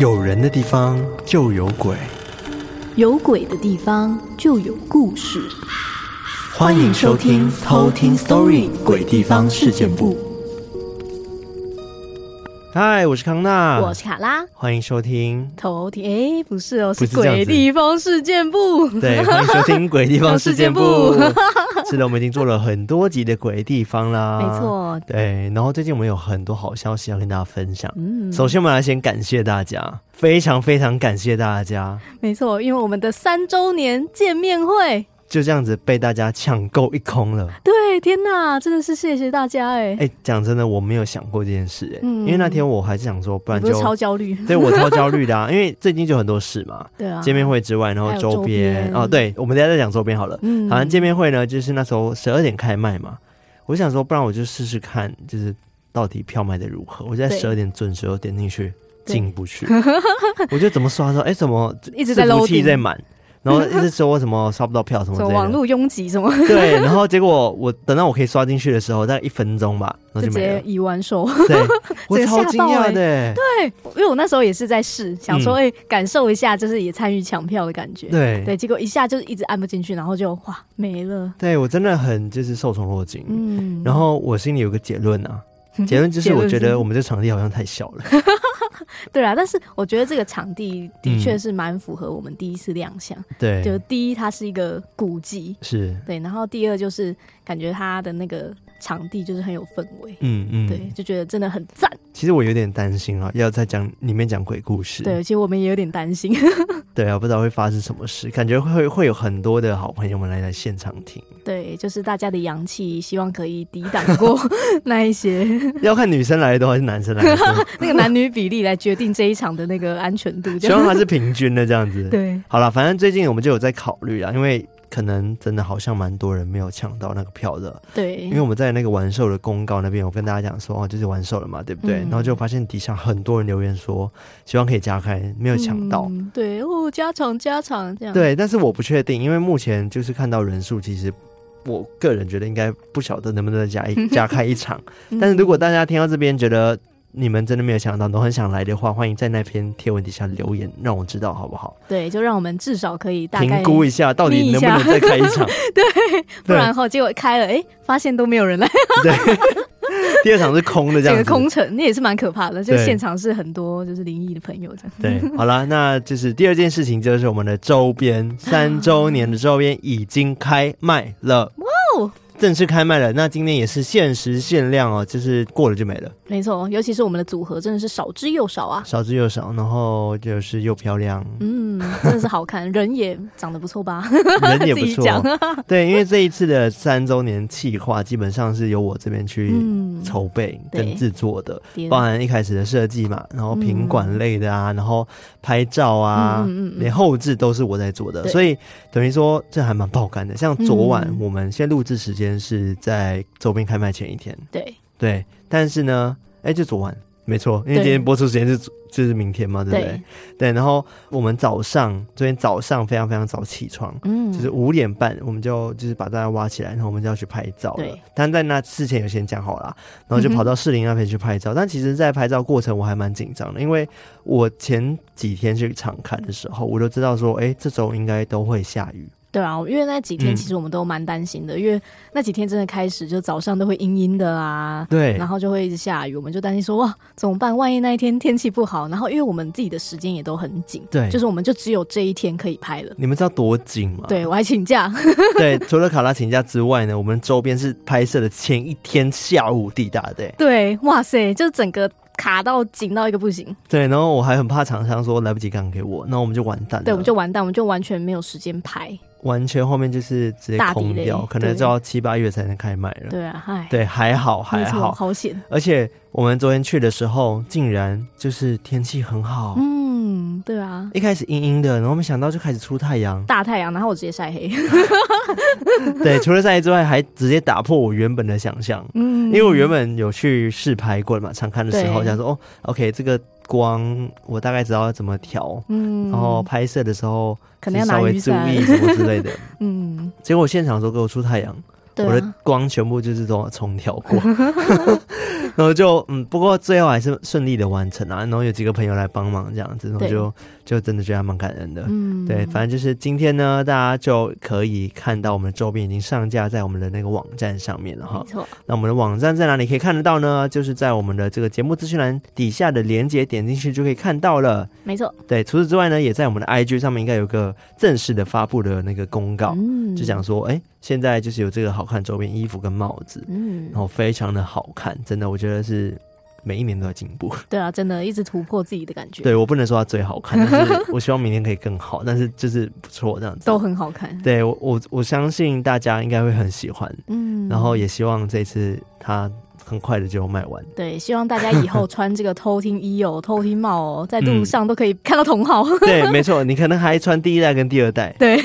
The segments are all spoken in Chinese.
有人的地方就有鬼，有鬼的地方就有故事。欢迎收听《偷听 Story 鬼地方事件部》。嗨，我是康纳，我是卡拉，欢迎收 听。头听诶，不是哦，不是是这样子鬼地方事件部。对，欢迎收听《鬼地方事件部 事件》。是的，我们已经做了很多集的鬼地方啦，没。错，对，然后最近我们有很多好消息要跟大家分享。嗯，首先，我们来先感谢大家，非常非常感谢大家，没错，因为我们的三周年见面会，就这样子被大家抢购一空嗯了。对，天哪，真的是谢谢大家哎、哎、讲真的，我没有想过这件事、哎、因嗯为那天我还是想说，不你然不是就超焦虑？ 对我超焦虑的、啊，因为最近就很多事嘛，对 啊，见面会之外，然后还有周周边边哦，对，我们等一下再讲周边好了。嗯好像见面会呢，就是那时候十二点开卖嘛，我想说，不然我就试试看，就是到底票卖的如何。我就在对十二点准时有点进去，对进不去， 我就怎么刷说，哎、怎么 一直在服务 loading 器在满，然后一直说什么刷不到票什么什之么类网的。络拥挤什么， 对，然后结果我等到我可以刷进去的时候，大概一分钟吧，然后直就没接了。已完售。对，我整个超吓惊爆讶欸的、欸。 因为我那时候也是在试，想说嗯哎、感受一下，就是也参与抢票的感觉。对对，结果一下就是一直按不进去，然后就哇没了。对我真的很就是受宠若惊。嗯， 然后我心里有个结论啊，结论就是我觉得我我们这场地好像太小 了。对啊，但是我觉得这个场地的确嗯是蛮符合我们第一次亮相。就对，第一，它是一个古迹，是，对，然后第二就是感觉它的那个场地就是很有氛围，嗯嗯，对，。就觉得真的很赞。其实我有点担心啊，要在讲里面讲鬼故事。对，其实我们也有点担心。 对啊，不知道会发生什么事，感觉会会有很多的好朋友们来来现场听。 对，就是大家的阳气，希望可以抵挡过 那一些要看女生来的多还是男生来的 多，那个男女比例来决定这一场的那个安全度。这希样望它是平均的这样子。对，好了，反正最近我们就有在考虑啊啦，因为可能真的好像蛮多人没有抢到那个票的，对因为，我们在那个完售的公告那边，我跟大家讲说，哦，就是完售了嘛，对不对？嗯然后就发现底下很多人留言说，希望可以加开，没有抢到。嗯对哦，加场加场这样。，对，但是我不确定，因为目前就是看到人数，其实我个人觉得应该不晓得能不能再加 一加开一场。嗯但是如果大家听到这边觉得你们真的没有抢到，都很想来的话，欢迎在那篇贴文底下留言，让我知道好不好？对，就让我们至少可以大概评估一下到底能不能再开一 场。对，不然后结果开了，哎、发现都没有人来，对。 第二场是空的这整样个子，空城，那也是蛮可怕的。就对现场是很多就是灵异的朋友这样。 对，好啦，那就是第二件事情，就是我们的周边，三周年的周边已经开卖了，哇哦，正式开卖了。那今天也是限时限量哦，就是过了就没了，没错，尤其是我们的组合真的是少之又少啊。少之又少，然后就是又漂亮，嗯，真的是好看， 人也长得不错吧？人也不 自己错。讲。 对，因为这一次的三周年企划，基本上是由我这边去嗯，筹备跟对制作的，天包含一开始的设计嘛，然后品管类的啊，然后拍照啊，嗯嗯嗯连后置都是我在做的，对所以等于说这还蛮爆肝的。像昨晚嗯我们先录制时间是在周边开卖前一天，对对，但是呢，哎，就昨晚。没错，因为对今天播出时间是就是明天嘛，对不对？对，对，然后我们早上昨天早上非常非常早起床，嗯，就是五点半，我们就就是把大家挖起来，然后我们就要去拍照了对。嗯但在那事前有先讲好啦，然后就跑到士林那边去拍照。但其实，在拍照过程我还蛮紧张的，因为我前几天去场看的时候，我就知道说，哎、这周应该都会下雨。对啊，因为那几天嗯其实我们都蛮担心的，因为那几天真的开始就早上都会阴阴的啊，对然，后就会一直下雨，我们就担心说哇怎么办？万一那一天天气不好，然后因为我们自己的时间也都很紧，对啊就是我们就只有这一天可以拍了。你们知道多紧吗？对，我还请假， 对，除了卡拉请假之外呢，我们周边是拍摄的前一天下午抵达的、欸对，哇塞，就整个卡到紧到一个不行，对，然后我还很怕厂商说来不及赶给我，那我们就完蛋了。对，我们就完蛋，我们就完全没有时间拍，完全后面就是直接大空地雷掉，可能对就要七八月才能开卖了。对啊，唉，对，还好还没错好，哦好险，而且我们昨天去的时候，竟然就是天气很好，嗯，对啊，。一开始阴阴的，然后没想到就开始出太阳 大太阳，然后我直接晒 黑，对，除了晒之外，还直接打破我原本的想象，嗯，因为我原本有去试拍过嘛，常看的时候对想说，哦，OK，这个光我大概知道怎么调，嗯，然后拍摄的时候可能要拿哦稍微雨注伞，意什么之 类的。嗯，结果现场的时候给我出太阳，对、我啊的，光全部就是都重调过， 然后就嗯，不过最后还是顺利的完成啊，然后有几个朋友来帮忙这样子，然后对就就真的觉得还蛮感人的。嗯，对，反正就是今天呢，大家就可以看到我们的周边已经上架在我们的那个网站上面了哈没。错，那我们的网站在哪里可以看得到呢？就是在我们的这个节目资讯栏底下的连接，点进去就可以看到了。没错，对，除此之外呢，也在我们的 IG 上面应该有个正式的发布的那个公告，嗯就讲说，哎、现在就是有这个好看周边衣服跟帽子，嗯然，后非常的好看，真的，我觉得是每一年都在进步。对啊，真的一直突破自己的感觉，，对我不能说它最好看，但是我希望明年可以更好，但是就是不错这样子都。很好看，对我我我相信大家应该会很喜欢，嗯，然后也希望这次它很快的就卖 完。对，希望大家以后 穿这个偷听衣哦、偷听帽哦，在嗯路上都可以看到同 好，。对，没错，你可能还穿第一代跟第二代对，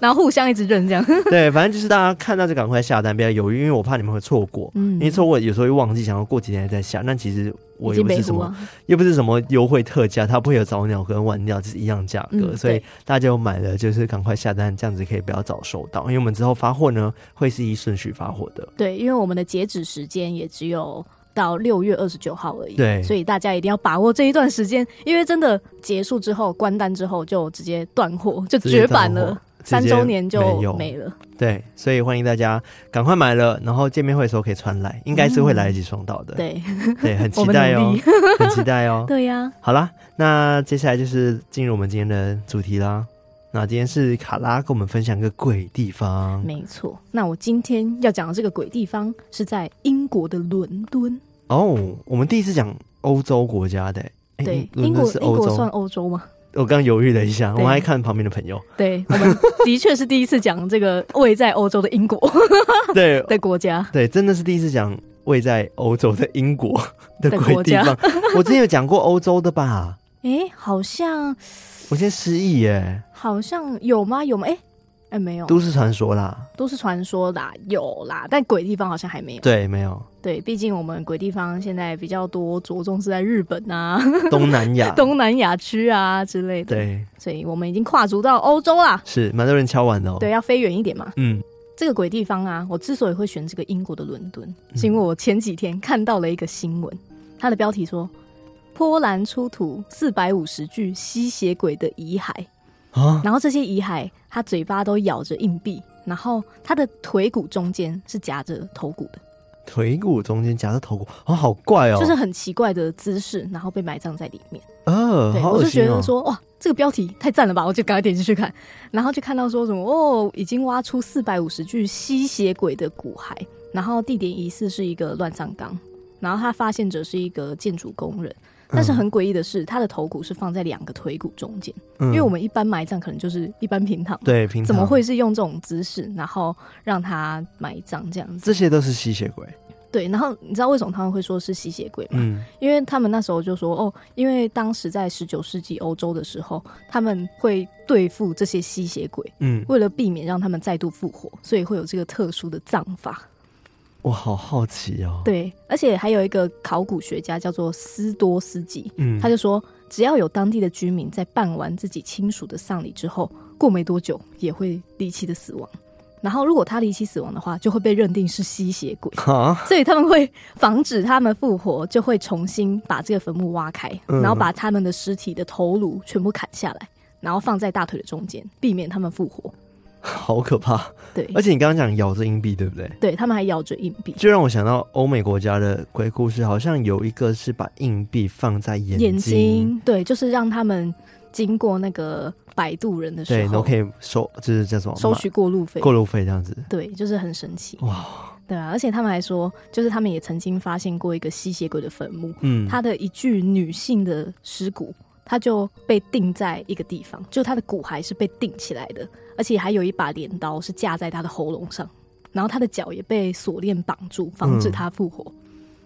然后互相一直认这样，对，反正就是大家看到就赶快下单，不要犹豫，因为我怕你们会错过。嗯因为错过有时候会忘记，想要过几天再下。那其实我已又经不北是什湖么，啊，又不是什么优惠特价，它不会有早鸟跟晚鸟就是一样价格，嗯所以对大家有买了就是赶快下单，这样子可以不要早收到。因为我们之后发货呢会是依顺序发货的。对，因为我们的截止时间也只有。到六月二十九号而已，对所以大家一定要把握这一段时间，因为真的结束之后关单之后就直接断货，就直接绝版断货了，，三直接周年没就有没了。对，所以欢迎大家赶快买了，然后见面会的时候可以穿来，应该是会来得及送到的。对，对，很期 我们待努哦力， 很期待哦。 对呀、好啦，那接下来就是进入我们今天的主题啦。那今天是卡拉跟我们分享一个鬼地方没错。那我今天要讲的这个鬼地方是在英国的伦敦。哦。我们第一次讲欧洲国家的、欸，哎对，伦英敦国是英欧国算洲。欧洲吗？我刚犹豫了一下，我对还看旁边的 朋友。对，我们的确是第一次讲这个位在欧洲的英国对的国家。对，真的是第一次讲位在欧洲的英 国的的鬼国地家方。 我之前有讲过欧洲的吧？ 诶，好像我先失忆耶，好像有吗？有吗？诶，诶，哎没有，都市传说啦。都是传说啦，有啦，但鬼地方好像还没有。对，没 有对，毕竟我们鬼地方现在比较多着重是在日本啊、 东南亚。东南亚区啊之类的，对，所以我们已经跨足到欧洲啦。是蛮多人敲完的哦。对，，啊要飞远一点嘛。嗯，这个鬼地方啊，我之所以会选这个英国的伦敦，嗯是因为我前几天看到了一个新闻，它的标题说“波兰出土四百五十具吸血鬼的遗骸啊”，，然后这些遗骸，它嘴巴都咬着硬币，然后它的腿骨中间是夹着头骨的，腿骨中间夹着头骨，哦，好怪哦，就是很奇怪的姿势，然后被埋葬在里面。呃，对，好我恶就心觉哦得。说哇，这个标题太赞了吧，我就赶快点进去看，然后就看到说什么哦，已经挖出四百五十具吸血鬼的骨骸，然后地点疑似是一个乱葬岗，然后他发现者是一个建筑工人。但是很诡异的是，他的头骨是放在两个腿骨中间，嗯因为我们一般埋葬可能就是一般平躺，对平常怎么会是用这种姿势，然后让他埋葬这样子？这些都是吸血鬼？对，然后你知道为什么他们会说是吸血鬼吗？嗯，因为他们那时候就说哦，因为当时在十九世纪欧洲的时候，他们会对付这些吸血鬼，嗯，为了避免让他们再度复活，所以会有这个特殊的葬法。我好好奇哦。，对，而且还有一个考古学家叫做斯多斯基，嗯，他就说，只要有当地的居民在办完自己亲属的丧礼之后，过没多久也会离奇的死亡。然后，如果他离奇死亡的话，就会被认定是吸血鬼。啊，所以他们会防止他们复活，就会重新把这个坟墓挖开，嗯然后把他们的尸体的头颅全部砍下来，然后放在大腿的中间，避免他们复活。好可怕！对，而且你刚刚讲咬着硬币，对不对？对他们还咬着硬币，就让我想到欧美国家的鬼故事，好像有一个是把硬币放在眼睛，眼睛，对，就是让他们经过那个摆渡人的时对，然候，后可以收，就是叫什么收取过路费嘛。过路费这样子。对，就是很神奇，哇，对啊，而且他们还说，就是他们也曾经发现过一个吸血鬼的坟墓，嗯，她的一具女性的尸骨，她就被钉在一个地方，就她的骨骸是被钉起来的，而且还有一把镰刀是架在她的喉咙上，然后她的脚也被锁链绑住，防嗯止她复活。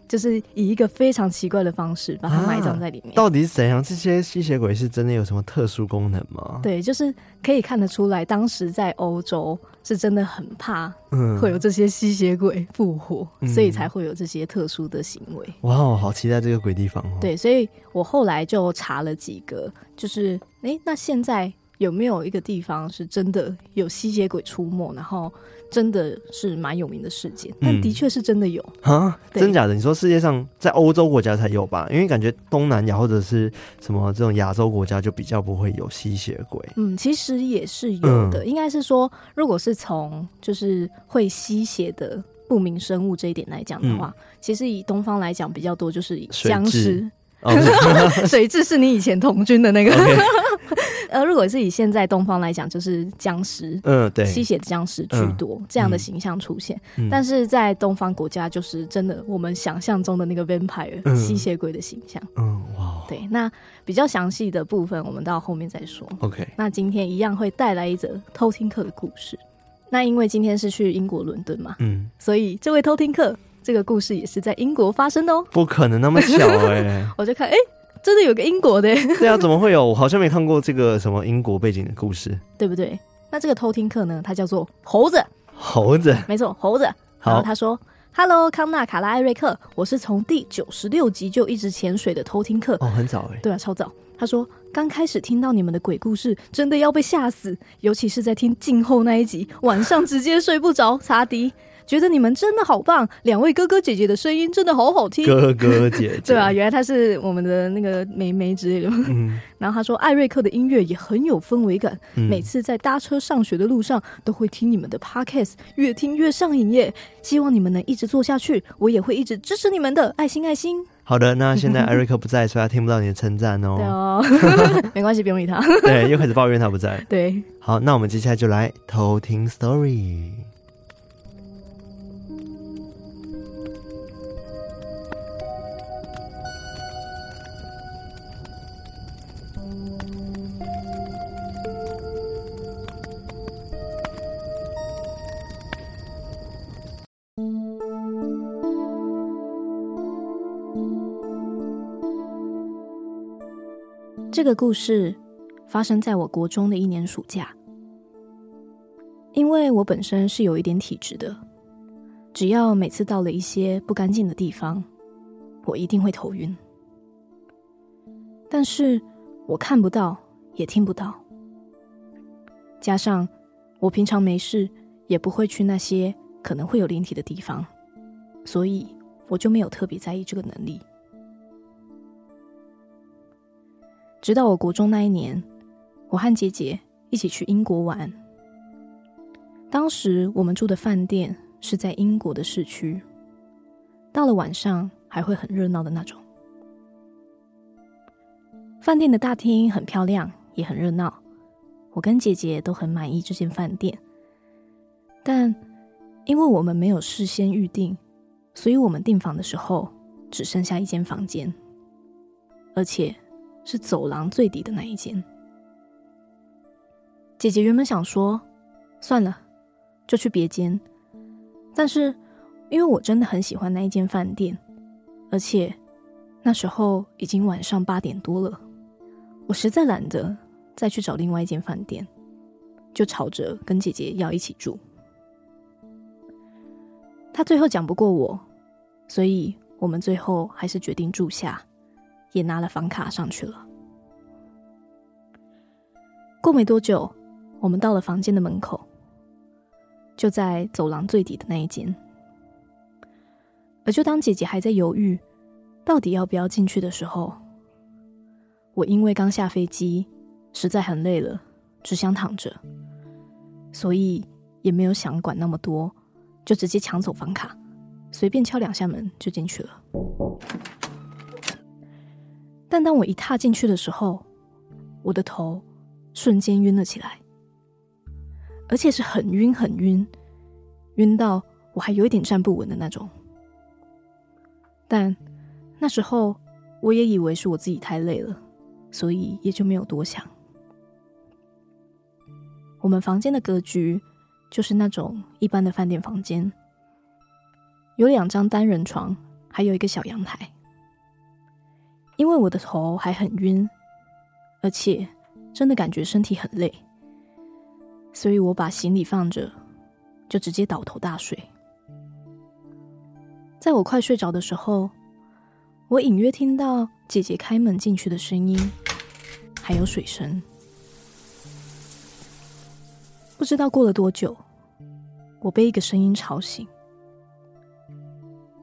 就是以一个非常奇怪的方式把它埋葬在里面。到底是怎样？这些吸血鬼是真的有什么特殊功能吗？，对，就是可以看得出来，当时在欧洲是真的很怕嗯会有这些吸血鬼复活，嗯所以才会有这些特殊的行为。哇哦，好期待这个鬼地方哦。，对，所以我后来就查了几个，就是诶，那现在有没有一个地方是真的有吸血鬼出没，然后真的是蛮有名的事件？但嗯的确是真的有，啊，对真假的？你说世界上在欧洲国家才有吧？因为感觉东南亚或者是什么这种亚洲国家就比较不会有吸血鬼。嗯，其实也是嗯有的，应该是说，如果是从就是会吸血的不明生物这一点来讲的话，其实以东方来讲比较多就是以嗯水僵蛭尸、哦，是水蛭是你以前童军的 那个 OK，呃，如果是以现在东方来讲，就是僵尸。嗯，对，吸血的僵尸居多，这样的形象出现，嗯但是在东方国家，就是真的我们想象中的那个 vampire、嗯吸血鬼的形象。嗯，哇对，那比较详细的部分，我们到后面再说。 ，OK，那今天一样会带来一则偷听课的故事。那因为今天是去英国伦敦嘛，嗯，所以这位偷听课这个故事也是在英国发生的哦。不可能那么巧 哎、我就看，哎、真的有个英国的，对啊，怎么会有？我好像没看过这个什么英国背景的故事。对不对？那这个偷听课呢，它叫做猴子，猴子，没错，猴子。然后好，哦他说：“Hello，康纳、卡拉、艾瑞克，我是从第九十六集就一直潜水的偷听课。哦，很早哎、对啊，超早。他说刚开始听到你们的鬼故事，真的要被吓死，尤其是在听静后那一集，晚上直接睡不着，擦迪。觉得你们真的好棒，两位哥哥姐姐的声音真的好好听。哥哥姐姐， 对啊，原来他是我们的那个梅梅之类的。嗯，然后他说，艾瑞克的音乐也很有氛围感，嗯每次在搭车上学的路上都会听你们的 podcast，越听越上瘾耶。希望你们能一直做下去，我也会一直支持你们的，爱心爱心。好的，那 现在艾瑞克不在，所以他听不到你的称赞对哦。哦， 没关系，不用理他。对，又开始抱怨他不在。对，好，那我们接下来就来偷听 story。这个故事发生在我国中的一年暑假，因为我本身是有一点体质的，只要每次到了一些不干净的地方，我一定会头晕。但是我看不到，也听不到，加上我平常没事也不会去那些可能会有灵体的地方，所以我就没有特别在意这个能力。直到我国中那一年，我和姐姐一起去英国玩。当时我们住的饭店是在英国的市区，到了晚上还会很热闹的那种。饭店的大厅很漂亮，也很热闹，我跟姐姐都很满意这间饭店。但因为我们没有事先预定，所以我们订房的时候只剩下一间房间，而且是走廊最底的那一间。姐姐原本想说，算了，就去别间。但是，因为我真的很喜欢那一间饭店，而且那时候已经晚上八点多了，我实在懒得再去找另外一间饭店，就吵着跟姐姐要一起住。她最后讲不过我，所以我们最后还是决定住下。也拿了房卡上去了。过没多久，我们到了房间的门口，就在走廊最底的那一间。而就当姐姐还在犹豫到底要不要进去的时候，我因为刚下飞机，实在很累了，只想躺着，所以也没有想管那么多，就直接抢走房卡，随便敲两下门就进去了。但当我一踏进去的时候，我的头瞬间晕了起来，而且是很晕很晕，晕到我还有一点站不稳的那种。但那时候我也以为是我自己太累了，所以也就没有多想。我们房间的格局就是那种一般的饭店房间，有两张单人床，还有一个小阳台。因为我的头还很晕，而且真的感觉身体很累，所以我把行李放着，就直接倒头大睡。在我快睡着的时候，我隐约听到姐姐开门进去的声音，还有水声。不知道过了多久，我被一个声音吵醒。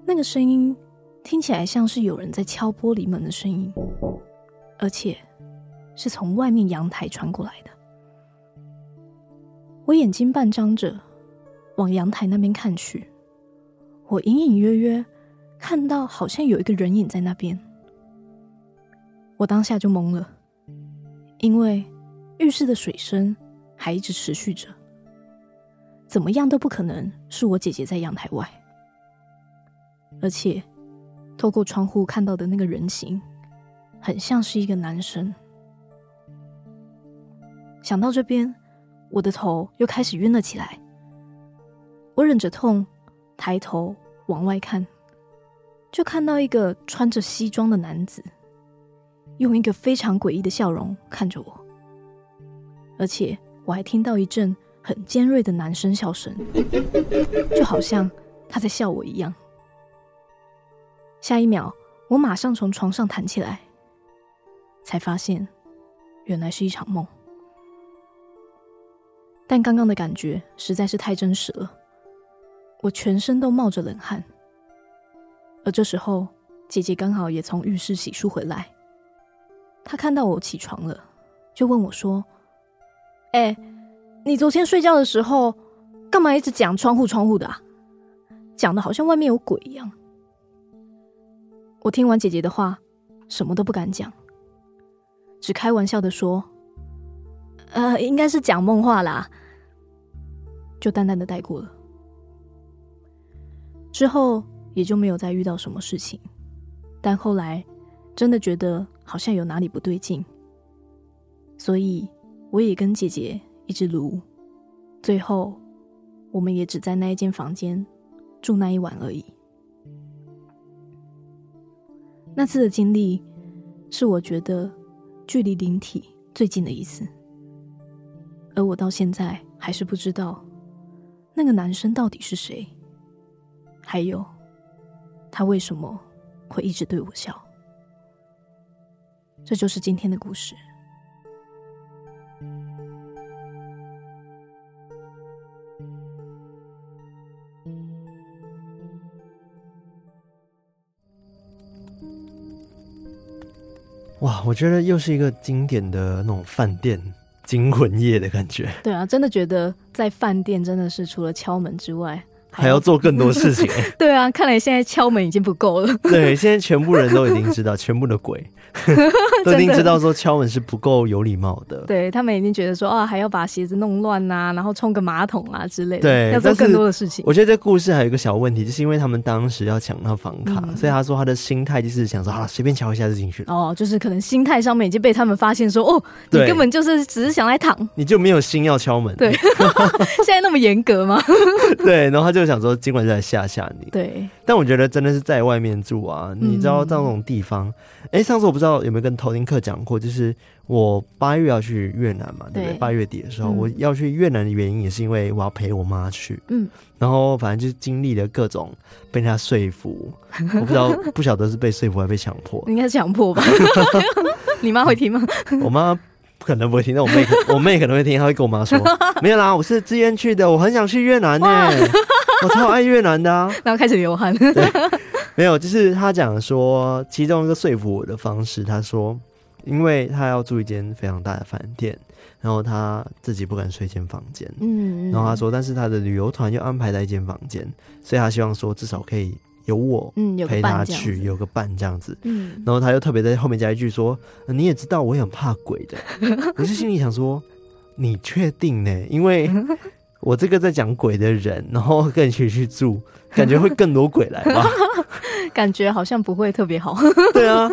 那个声音听起来像是有人在敲玻璃门的声音，而且是从外面阳台传过来的。我眼睛半张着，往阳台那边看去，我隐隐约约看到好像有一个人影在那边。我当下就懵了，因为浴室的水声还一直持续着，怎么样都不可能是我姐姐在阳台外。而且，透过窗户看到的那个人形，很像是一个男生。想到这边，我的头又开始晕了起来。我忍着痛，抬头往外看，就看到一个穿着西装的男子，用一个非常诡异的笑容看着我，而且我还听到一阵很尖锐的男生笑声，就好像他在笑我一样。下一秒，我马上从床上弹起来，才发现原来是一场梦。但刚刚的感觉实在是太真实了，我全身都冒着冷汗。而这时候，姐姐刚好也从浴室洗漱回来，她看到我起床了，就问我说：“哎、你昨天睡觉的时候，干嘛一直讲窗户窗户的、啊？讲的好像外面有鬼一样。”我听完姐姐的话，什么都不敢讲，只开玩笑的说：“呃，应该是讲梦话啦。”就淡淡的带过了。之后也就没有再遇到什么事情，但后来真的觉得好像有哪里不对劲，所以我也跟姐姐一直撸，最后我们也只在那一间房间住那一晚而已。那次的经历是我觉得距离灵体最近的一次，而我到现在还是不知道那个男生到底是谁，还有他为什么会一直对我笑。这就是今天的故事。哇，我觉得又是一个经典的那种饭店惊魂夜的感觉，对啊，真的觉得在饭店真的是除了敲门之外，还要做更多事情。对啊，看来现在敲门已经不够了。 对，现在全部人都已经知道，全部的鬼都已经知道说敲门是不够有礼貌的。对他们已经觉得说啊，还要把鞋子弄乱呐、然后冲个马桶啊之类的，对要做但是更多的事情。我觉得这故事还有一个小问题，就是因为他们当时要抢那房卡，所以他说他的心态就是想说，好了，随便敲一下就进去了，嗯哦，就是可能心态上面已经被他们发现说，哦，你对根本就是只是想来躺，你就没有心要敲门。对 现在那么严格吗？ 对，然后他就想说，今晚就来吓吓你。对，但我觉得真的是在外面住啊，嗯你知道这种地方。哎、上次我不知道有没有跟头听课讲过，就是我八月要去越南嘛，对不对？对八月底的时候，嗯我要去越南的原因也是因为我要陪我妈去，嗯，然后反正就是经历了各种被人家说服，我不知道不晓得是被说服还是被强 迫。应该是强迫吧？ 你妈会听吗？我妈可能不会听，但我妹 可我妹可能会听，她会跟我妈说：“没有啦，我是自愿去的，我很想去越南呢、我超爱越南的啊。”然后开始流汗。没有，就是他讲说，其中一个说服我的方式，他说，因为他要住一间非常大的饭店，然后他自己不敢睡一间房间，嗯，然后他，说，但是他的旅游团又安排在一间房间，所以他希望说至少可以有我嗯，有个陪他伴这样去，子，有个伴这样子。嗯，然后他又特别在后面加一句说：“呃你也知道我也很怕鬼 的。”我就心里想说：“你确定呢？因为我这个在讲鬼的人，然后跟你一起去住，感觉会更多鬼来吧。”感觉好像不会特别好。 对啊，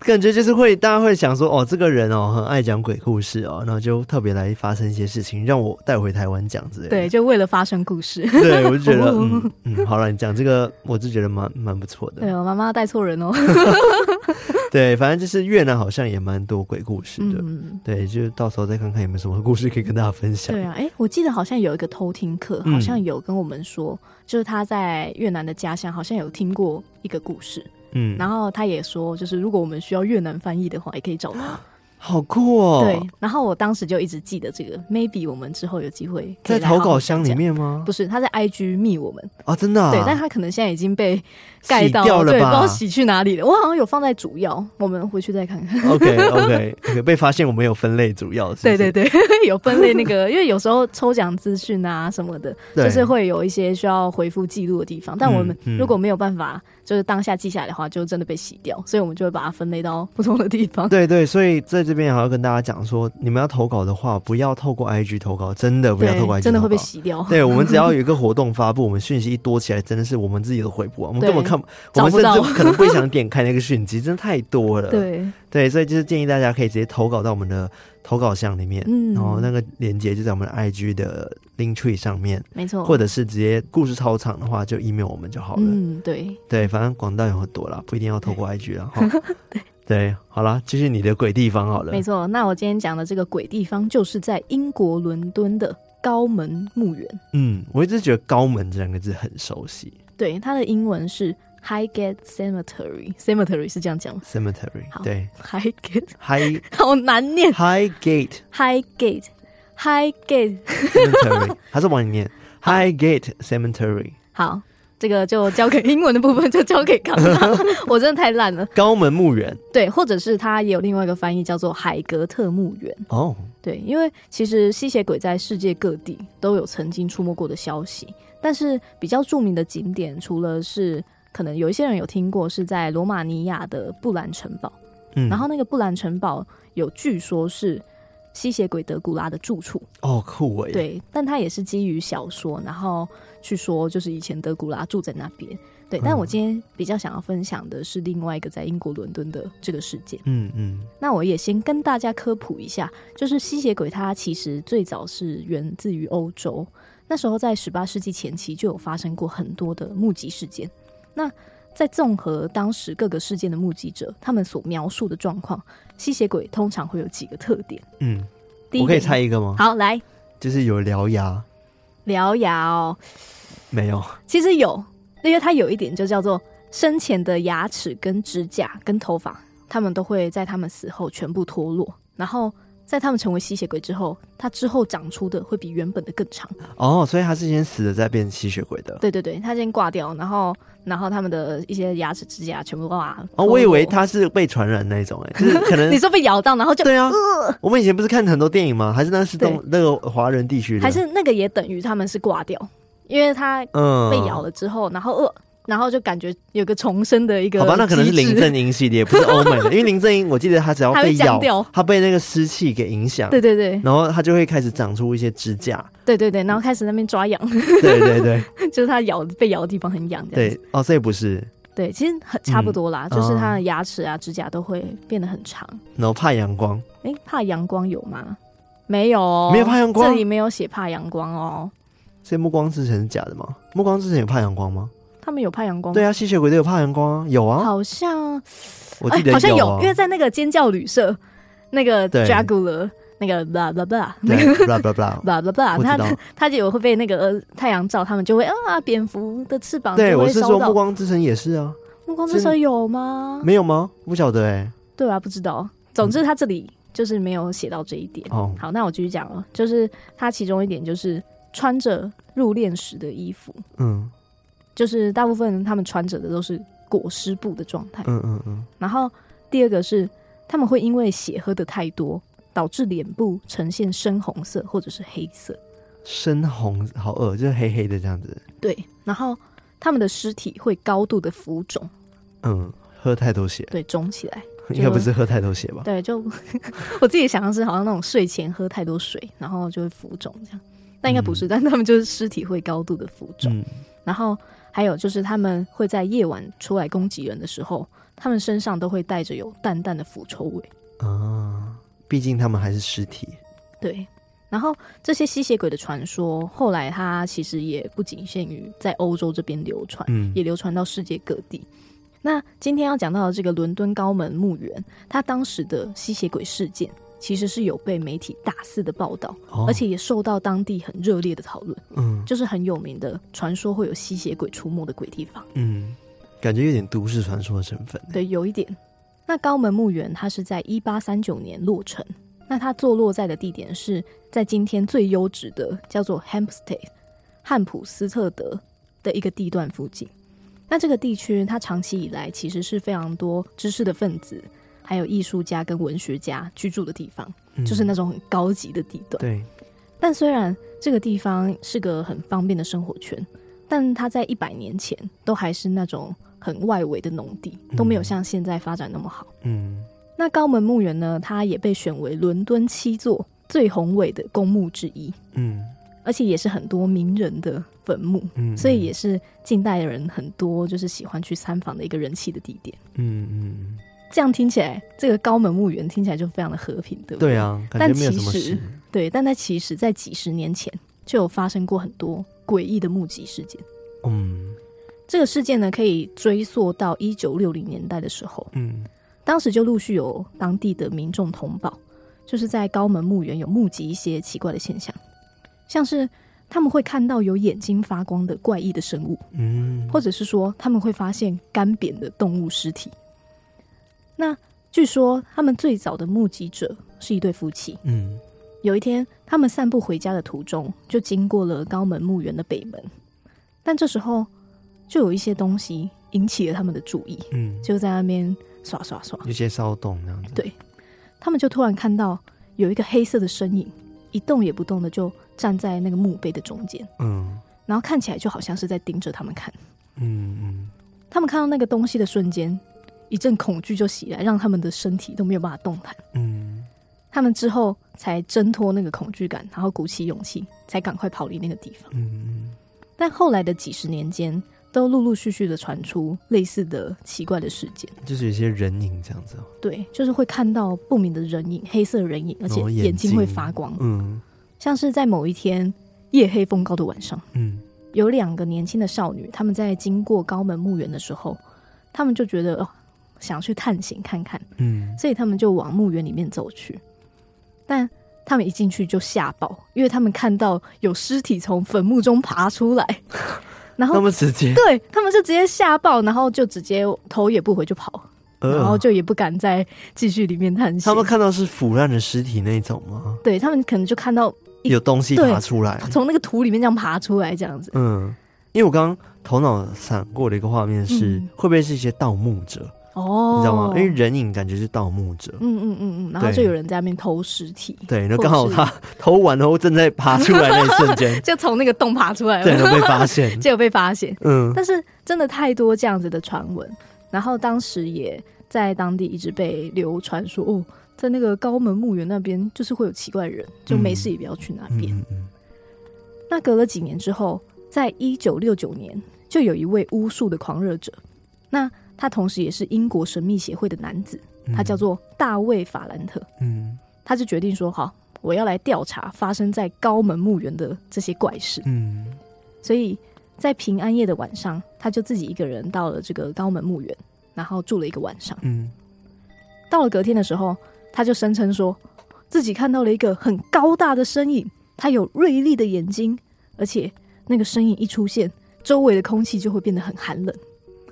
感觉就是会大家会想说，哦，这个人哦很爱讲鬼故事哦，然后就特别来发生一些事情，让我带回台湾讲之类的。对，就为了发生故事。对， 我就觉哦得，嗯 嗯，好了，你讲这个，我就觉得蛮蛮不错的。对我妈妈带错人哦。对，反正就是越南好像也蛮多鬼故事的。嗯，对，就到时候再看看有没有什么故事可以跟大家分享。对啊，哎、我记得好像有一个偷听课，嗯好像有跟我们说，就是他在越南的家乡，好像有听过一个故事，嗯，然后他也说，就是如果我们需要越南翻译的话，也可以找他。好酷哦！对，，然后我当时就一直记得这个，maybe 我们之后有机会可在以来好投好稿箱里讲。面吗？不是，他在 IG 密我们，啊，真的、啊，对，但他可能现在已经被盖到洗掉了对，不知吧道洗去哪里了。我好像有放在主要，我们回去再看看。 OK OK OK，被发现我们有分类，主要是对对对， 有分类那个，因为有时候抽奖资讯啊什么的，对就是会有一些需要回复记录的地方。但我们嗯嗯如果没有办法，就是当下记下来的话，就真的被洗掉，所以我们就会把它分类到不同的地方。对对，所以在这边还要跟大家讲说，你们要投稿的话，不要透过 IG 投稿，真的不要透过 IG，真的会被投稿。洗掉。对我们只要有一个活动发布，我们讯息一多起来，真的是我们自己都回不完，我们对根本看不，我找们不甚到至可能不想点开那个讯息，真的太多了。 对，对，所以就是建议大家可以直接投稿到我们的投稿箱里面，嗯然后那个链接就在我们的 IG 的 Link Tree 上面，没错。或者是直接故事超长的话就 email 我们就好了。嗯，对，对，反正广大有很多啦，不一定要透过 IG 啦。哈 对，好啦，继续你的鬼地方好了没。错。那我今天讲的这个鬼地方，就是在英国伦敦的高门墓园。嗯，我一直觉得“高门”这两个字很熟悉对，它的英文是 Highgate Cemetery。Cemetery 是这样讲吗，cemetery 好对？Highgate ，high 好难念 high gate ，Highgate。Highgate， cemetery，它是往里念 high gate cemetery 好，这个就交给英文的部分，就交给康纳， 我真的太烂了。高门墓园对，或者是它也有另外一个翻译叫做海格特墓园。哦，对，因为其实吸血鬼在世界各地都有曾经出没过的消息，但是比较著名的景点，除了是可能有一些人有听过，是在罗马尼亚的布兰城堡，嗯，然后那个布兰城堡有据说是吸血鬼德古拉的住处，哦酷诶，，对，但它也是基于小说，然后去说就是以前德古拉住在那边，对，嗯但我今天比较想要分享的是另外一个在英国伦敦的这个事件。嗯嗯那我也先跟大家科普一下，就是吸血鬼它其实最早是源自于欧洲，那时候在十八世纪前期就有发生过很多的目击事件。那在综合当时各个事件的目击者他们所描述的状况，吸血鬼通常会有几个特点。嗯，第一我可以点，猜一个吗？好来就是有獠牙獠牙哦，没有？其实有，因为它有一点就叫做生前的牙齿、跟指甲、跟头发，他们都会在他们死后全部脱落，然后在他们成为吸血鬼之后，它之后长出的会比原本的更长。哦，所以他是先死了再变吸血鬼的。对对对，它先挂掉，然后然后他们的一些牙齿、指甲全部哇。哦，脱落我以为。他是被传染那一种诶，就是可能你说被咬到，然后就呃对啊，我们以前不是看很多电影吗？还是那是东对那个华人地区的，还是那个也等于他们是挂掉，因为它嗯被咬？了之后，然后呃，然后就感觉有个重生的一个好吧，那可能是机制林正英系列，不是欧美 的，因为林正英我记得他只要他被会僵咬掉，他被那个湿气给影响， 对对对然后他就会开始长出一些指 甲，对对对，然后开始在那边抓痒，对对对 就是它咬被咬的地方很痒，这样子。对，哦，所以不是，对，其实很差不多啦，嗯就是它的牙齿啊、指甲都会变得很长。然后怕阳光，哎、怕阳光有吗？没有哦，没有怕阳光这里没有写怕阳光哦。所以暮光之城是假的吗？暮光之城有怕阳光吗？他们有怕阳光？对啊，吸血鬼都有怕阳光啊，有啊，哦好像我记得好像啊有，因为在那个尖叫旅社，那个对 Dracula，那个 blah blah blah，那个对，blah blah blah， blah blah blah，我知他道 他就有会被那个呃太阳照，他们就会啊，蝙蝠的翅膀对，就我会是烧说暮到。光之城也是啊，目光之是手有吗？没有嗯吗？不晓得哎，对啊，不知道。总之，他这里就是没有写到这一点。哦，好，那我继续讲了，就是它其中一点就是穿着入殓时的衣服，嗯就是大部分他们穿着的都是裹尸布的状态。嗯嗯嗯，然后第二个是他们会因为血喝的太多，导致脸部呈现深红色或者是黑色。深红，好饿，就是黑黑的这样子，对，然后他们的尸体会高度的浮肿，嗯，喝太多血，对，肿起来。应该不是喝太多血吧？对，就 我自己想象是好像那种睡前喝太多水，然后就会浮肿这样。但应该不是，但他们就是尸体会高度的浮肿。嗯，然后还有就是他们会在夜晚出来攻击人的时候，他们身上都会带着有淡淡的腐臭味。啊，毕竟他们还是尸体。对，然后这些吸血鬼的传说，后来它其实也不仅限于在欧洲这边流传，嗯也流传到世界各地。那今天要讲到的这个伦敦高门墓园，它当时的吸血鬼事件其实是有被媒体大肆的报道，哦而且也受到当地很热烈的讨论，嗯就是很有名的传说会有吸血鬼出没的鬼地方。嗯，感觉有点都市传说的成分。对，有一点。那高门墓园它是在一八三九年落成，那它坐落在的地点是在今天最优质的叫做 Hampstead 汉普斯特德的一个地段附近。那这个地区它长期以来其实是非常多知识的分子，还有艺术家跟文学家居住的地方，嗯就是那种很高级的地段。对，但虽然这个地方是个很方便的生活圈，但它在一百年前都还是那种很外围的农地，都没有像现在发展那么好。嗯那高门墓园呢，它也被选为伦敦七座最宏伟的公墓之一，嗯而且也是很多名人的坟墓，嗯，所以也是近代人很多就是喜欢去参访的一个人气的地点。嗯嗯，这样听起来，这个高门墓园听起来就非常的和平，对不对啊，感但觉没有其什么实事，对，但它其实在几十年前就有发生过很多诡异的目击事件。嗯这个事件呢，可以追溯到一九六零年代的时候，嗯当时就陆续有当地的民众通报，就是在高门墓园有目击一些奇怪的现象，像是他们会看到有眼睛发光的怪异的生物，嗯，或者是说他们会发现干瘪的动物尸体。那据说他们最早的目击者是一对夫妻，嗯有一天，他们散步回家的途中，就经过了高门墓园的北门，但这时候就有一些东西引起了他们的注意，嗯，就在那边刷刷刷。有些骚动那样子，对他们就突然看到有一个黑色的身影，一动也不动的就站在那个墓碑的中间，嗯然后看起来就好像是在盯着他们看。嗯嗯他们看到那个东西的瞬间，一阵恐惧就袭来，让他们的身体都没有办法动弹。嗯他们之后才挣脱那个恐惧感，然后鼓起勇气，才赶快跑离那个地方。嗯但后来的几十年间，都陆陆续续的传出类似的奇怪的事件。嗯，就是有些人影这样子哦，对，就是会看到不明的人影，黑色人影，而且哦眼眼睛会睛发光。嗯像是在某一天夜黑风高的晚上，嗯有两个年轻的少女，她们在经过高门墓园的时候，她们就觉得哦，想去探险看看，嗯所以她们就往墓园里面走去。但她们一进去就吓爆，因为她们看到有尸体从坟墓中爬出来， 然后那么直接， 对他们是直接吓爆，然后就直接头也不回就跑，然后呃，就也不敢再继续里面探险他。们看到是腐烂的尸体那种吗？对他们可能就看到一有东西对爬出来，从那个土里面这样爬出来这样子，嗯，因为我刚刚头脑闪过的一个画面是，嗯会不会是一些盗墓者，哦，你知道吗？因为人影感觉是盗墓者，嗯嗯嗯嗯，然后对就有人在那边偷尸体，对，那或者刚好是，他 偷完然后正在爬出来那一瞬间 就从那个洞爬出来对，了，然后被发现， 结果被发现。嗯但是真的太多这样子的传闻，然后当时也在当地一直被流传说，哦，在那个高门墓园那边就是会有奇怪的人，就没事也不要去那边。嗯嗯那隔了几年之后，在一九六九年，就有一位巫术的狂热者，那他同时也是英国神秘协会的男子，嗯，他叫做大卫·法兰特，嗯他就决定说：好，我要来调查发生在高门墓园的这些怪事。嗯所以在平安夜的晚上，他就自己一个人到了这个高门墓园，然后住了一个晚上。嗯到了隔天的时候，他就声称说自己看到了一个很高大的身影，他有锐利的眼睛，而且那个身影一出现，周围的空气就会变得很寒冷，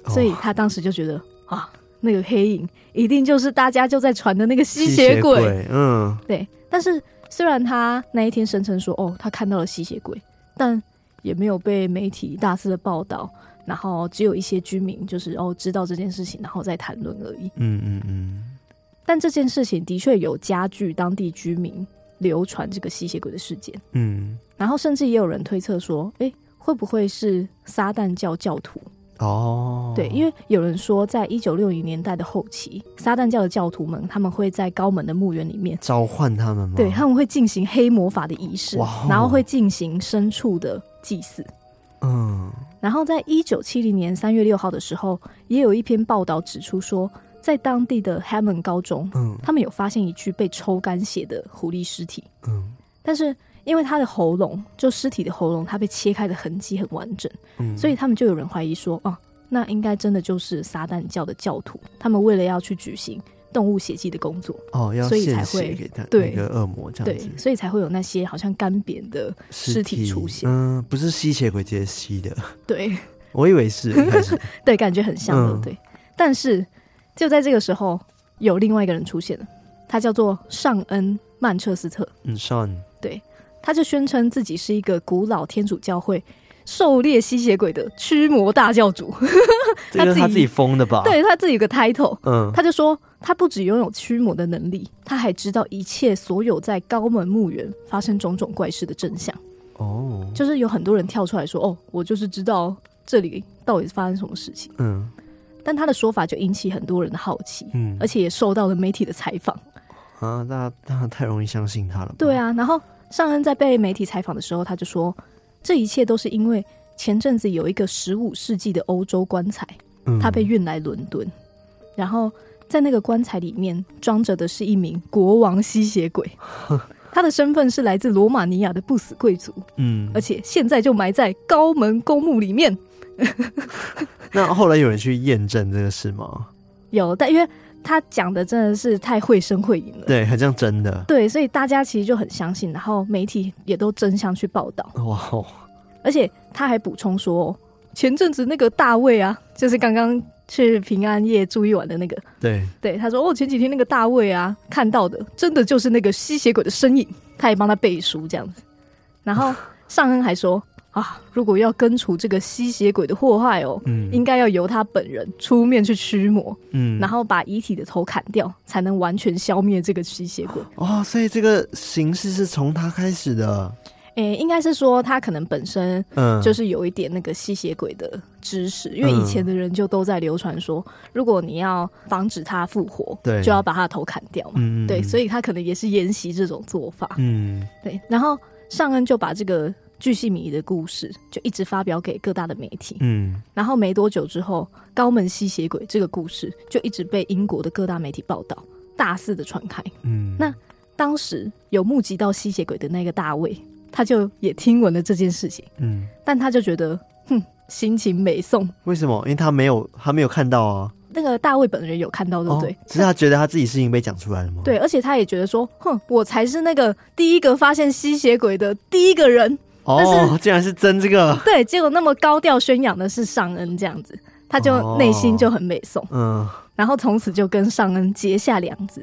哦所以他当时就觉得啊，那个黑影一定就是大家就在传的那个吸吸血鬼。鬼，嗯对，但是虽然他那一天声称说哦，他看到了吸血鬼，但也没有被媒体大肆的报道。然后只有一些居民就是哦知道这件事情，然后再谈论而已。嗯嗯嗯，但这件事情的确有加剧当地居民流传这个吸血鬼的事件，嗯然后甚至也有人推测说，诶，会不会是撒旦教教徒？哦，对，因为有人说，在一九六零年代的后期，撒旦教的教徒们，他们会在高门的墓园里面，召唤他们吗？对他们会进行黑魔法的仪式哇哦，然后会进行牲畜的祭祀。嗯然后在一九七零年三月六号的时候，也有一篇报道指出说，在当地的 Hammond 高中，嗯他们有发现一具被抽干血的狐狸尸体，嗯但是因为他的喉咙，就尸体的喉咙，它被切开的痕迹很完整，嗯，所以他们就有人怀疑说，哦、那应该真的就是撒旦教的教徒，他们为了要去举行动物血祭的工作，哦要所以献才血会给他那对个恶魔这样对子，，所以才会有那些好像干瘪的， 尸体出现嗯，不是吸血鬼直接吸的， 对我以为是一开始，对，感觉很像的，嗯对。但是就在这个时候，有另外一个人出现了，他叫做尚恩曼彻斯特，嗯，Sean， 他就宣称自己是一个古老天主教会狩猎吸血鬼的驱魔大教主，这个是他自己自己封的吧？， 对他自己有个 title。嗯，他就说，他不只拥有驱魔的能力，他还知道一切所有在高门墓园发生种种怪事的真相。哦，就是有很多人跳出来说：“哦，我就是知道这里到底发生什么事情。嗯”但他的说法就引起很多人的好奇，嗯而，且也受到了媒体的采访。啊，大家大家太容易相信他了吧，对啊，然后尚恩在被媒体采访的时候，他就说：“这一切都是因为前阵子有一个十五世纪的欧洲棺材，嗯，他被运来伦敦，然后在那个棺材里面装着的是一名国王吸血 鬼，他的身份是来自罗马尼亚的不死贵族，嗯而，且现在就埋在高门公墓里面。那后来有人去验证这个事吗？有，但因为他讲的真的是太绘声绘影了，对，很像真的，对，所以大家其实就很相信，然后媒体也都争相去报道，哇哦，而且他还补充说，前阵子那个大卫啊，就是刚刚去平安夜住一晚的那个，对，对，他说：“哦，前几天那个大卫啊，看到的真的就是那个吸血鬼的身影。”他也帮他背书这样子。然后尚恩还说：“啊，如果要根除这个吸血鬼的祸害哦，嗯应该要由他本人出面去驱魔，嗯，然后把遗体的头砍掉，才能完全消灭这个吸血鬼。哦，所以这个形式是从他开始的，诶，应该是说他可能本身嗯，就是是有一点那个吸血鬼的知识，因为以嗯前的人就都在流传说，如果你要防止他复活，对就要把他的头砍掉嘛。嗯，对，所以以他可能也是沿袭这种做法。嗯对，然后尚恩就把这个巨细靡遗的故事就一直发表给各大的媒体，嗯然后没多久之后，高门吸血鬼这个故事就一直被英国的各大媒体报道，大肆的传开。嗯，那当时有目击到吸血鬼的那个大卫，他就也听闻了这件事情，嗯，但他就觉得，哼，心情美送。为什么？因为他没有他没有看到啊，那个大卫本人有看到，对不对哦？只是他觉得他自己事情被讲出来了吗？，对，而且他也觉得说，哼，我才是那个第一个发现吸血鬼的第一个人。但哦，竟然是真这个，对，结果那么高调宣扬的是尚恩这样子，他就哦内心就很美颂，嗯然后从此就跟尚恩结下梁子。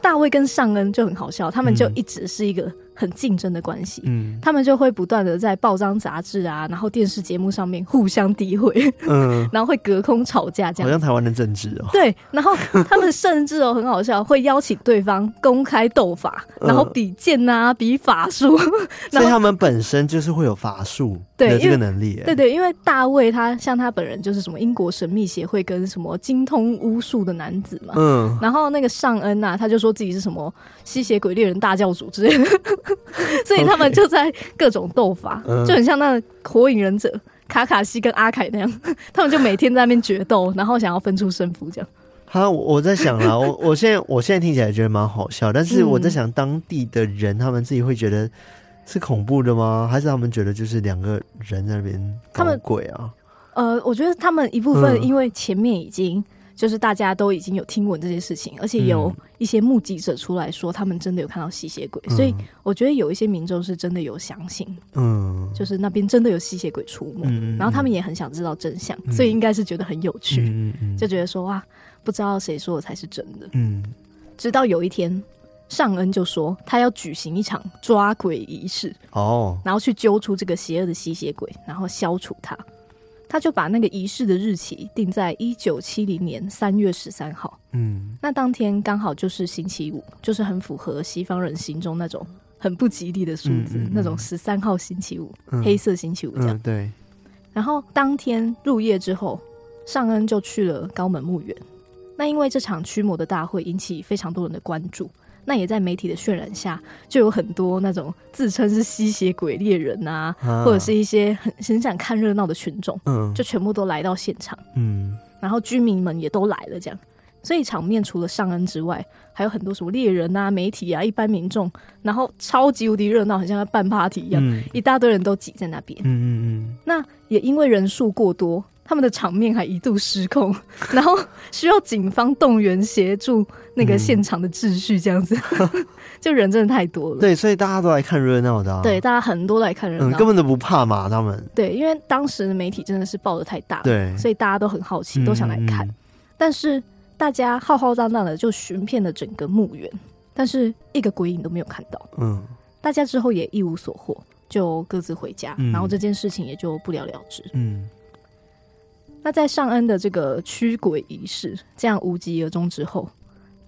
大卫跟尚恩就很好笑，他们就一直是一个很竞争的关系，嗯他们就会不断的在报章杂志啊，然后电视节目上面互相诋毁，嗯，然后会隔空吵架 这好样。像台湾的政治哦，对，然后他们甚至哦很好笑，会邀请对方公开斗法，然后嗯比剑啊，比 法术，然所以后他们本身就是会有法术对的这因个为能力耶，对对，因为大卫他像他本人就是什么英国神秘协会跟什么精通巫术的男子嘛。嗯，然后那个尚恩呐、他就说自己是什么吸血鬼猎人大教主之类的， 所以他们 OK 就在各种斗 法嗯就很像那火影忍者卡卡西跟阿凯那样， 他们就每天在那边决斗，然后想要分出胜负这样。他我我在想啦，我我现在我现在听起来觉得蛮好笑，但是嗯我在想当地的人他们自己会觉得是恐怖的吗？还是他们觉得就是两个人在那边他搞们鬼啊？呃，我觉得他们一部分嗯因为前面已经、就是大家都已经有听闻这些事情，而且有嗯一些目击者出来说他们真的有看到吸血鬼，所以我觉得有一些民众是真的有相信，嗯就是那边真的有吸血鬼出没，嗯，然后他们也很想知道真相，嗯所以应该是觉得很有趣，嗯嗯嗯就觉得说哇，不知道谁说的才是真的。嗯直到有一天，尚恩就说他要举行一场抓鬼仪式，哦然后去揪出这个邪恶的吸血鬼，然后消除他。他就把那个仪式的日期定在一九七零年三月十三号。嗯那当天刚好就是星期五，就是很符合西方人心中那种很不吉利的数字，嗯嗯嗯那种十三号星期五、嗯黑色星期五这样。嗯对然后当天入夜之后，尚恩就去了高门墓园。那因为这场驱魔的大会引起非常多人的关注，那也在媒体的渲染下，就有很多那种自称是吸血鬼猎人啊，啊或者是一些很很想看热闹的群众，嗯就全部都来到现场。嗯然后居民们也都来了，这样，所以场面除了尚恩之外，还有很多什么猎人啊、媒体啊、一般民众，然后超级无敌热闹，很像在办 party 一样，嗯一大堆人都挤在那边。嗯嗯那也因为人数过多，他们的场面还一度 失控，然后需要警方动员协助那嗯个现场的秩序，这样子， 就人真的太多嗯，了。对，所以大家都来看热闹的，啊对，，大家很多来看热嗯，闹。根本都不怕嘛，他们对，因为当时的媒体真的是报的太大了，对，嗯所以大家都很好奇，都想来看。但是大家浩浩荡荡的就寻遍了整个墓园，但是一个鬼影都没有看到。嗯大家之后也一无所获，就各自回家，嗯然后这件事情也就不了了之。嗯那在上恩的这个驱鬼仪式这样无疾而终之后，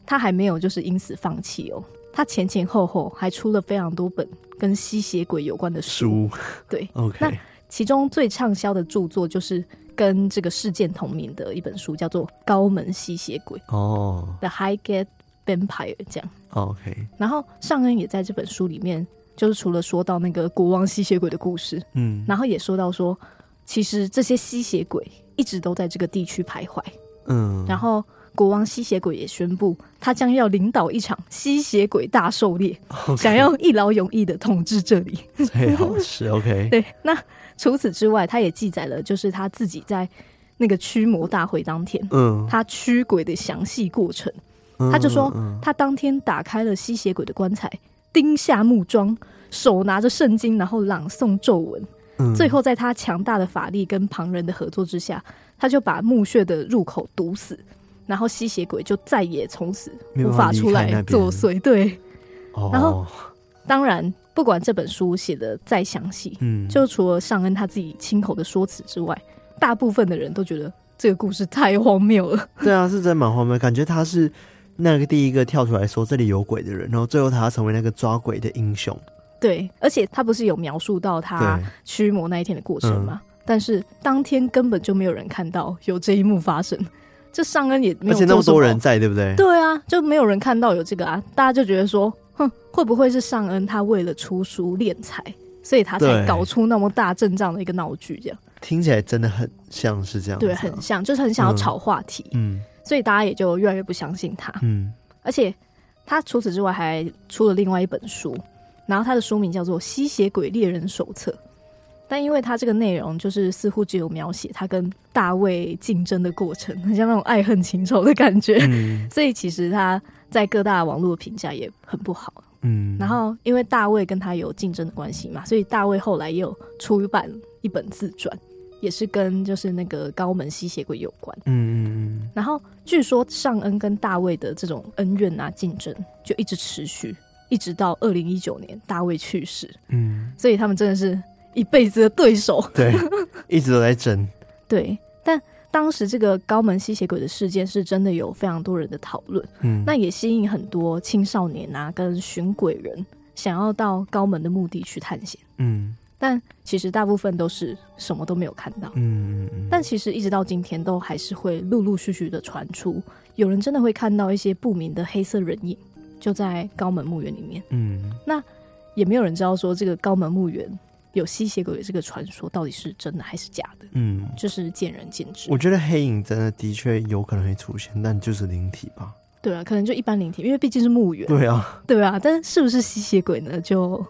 他还没有就是因此放弃哦，他前前后后还出了非常多本跟吸血鬼有关的书，书对， OK，那其中最畅销的著作就是跟这个事件同名的一本书，叫做《高门吸血鬼哦 The Highgate Vampire》这样。 OK，然后尚恩也在这本书里面，就是除了说到那个国王吸血鬼的故事，嗯然后也说到说，其实这些吸血鬼一直都在这个地区徘徊。嗯，然后国王吸血鬼也宣布，他将要领导一场吸血鬼大狩猎， OK，哎想要一劳永逸的统治这里。 最好吃 OK，对，那除此之外，他也记载了，就是他自己在那个驱魔大会当天，嗯，他驱鬼的详细过程。嗯他就说嗯他当天打开了吸血鬼的棺材，钉下木桩，手拿着圣经，然后朗诵咒文。嗯最后，在他强大的法力跟旁人的合作之下，他就把墓穴的入口堵死，然后吸血鬼就再也从此没有无办法离出开那来边作祟。对，哦然后当然，不管这本书写的再详细，嗯就除了尚恩他自己亲口的说辞之外，大部分的人都觉得这个故事太荒谬了。 对啊，是真蛮荒谬，感觉他是那个第一个跳出来说这里有鬼的人，然后最后他成为那个抓鬼的英雄。对，而且他不是有描述到对，他驱魔那一天的过嗯程吗？但是当天根本就没有人看到有这一幕发生，这尚恩也没而有且那做么什多人在，对不对？对啊，就没有人看到有这个啊，大家就觉得说，哼，会不会是尚恩他为了出书敛财，所以他才对搞出那么大阵仗的一个闹剧，这样听起来真的很像是这样子啊、对，很像，就是很想要嗯炒话题，嗯所以大家也就越来越不相信他。嗯而且他除此之外还出了另外一本书，然后他的书名叫做《吸血鬼猎人手册》。但因为他这个内容就是似乎只有描写他跟大卫竞争的过程，很像那种爱恨情仇的感觉，嗯 所以其实他在各大网络的评价也很不好。嗯， 然后因为大卫跟他有竞争的关系嘛，所以大卫后来也有出版一本自传，也是跟就是那个高门吸血鬼有关。嗯嗯然后据说尚恩跟大卫的这种恩怨啊竞争就一直持续，一直到二零一九年大卫去世，嗯嗯，所以他们真的是一辈子的对手。对，一直都在争。对，但当时这个高门吸血鬼的事件是真的有非常多人的讨论，嗯， 那也吸引很多青少年啊跟寻鬼人想要到高门的墓地去探险，嗯但其实大部分都是什么都没有看到。嗯嗯嗯，但其实一直到今天，都还是会陆陆续续的传出，有人真的会看到一些不明的黑色人影，就在高门墓园里面，嗯也没有人知道说这个高门墓园有吸血鬼这个传说到底是真的还是假的，嗯，就是见仁见智。我觉得黑影真的的确有可能会出现，但就是灵体吧。对啊，可能就一般灵体，因为毕竟是墓园，对啊，对啊，但是是不是吸血鬼呢，就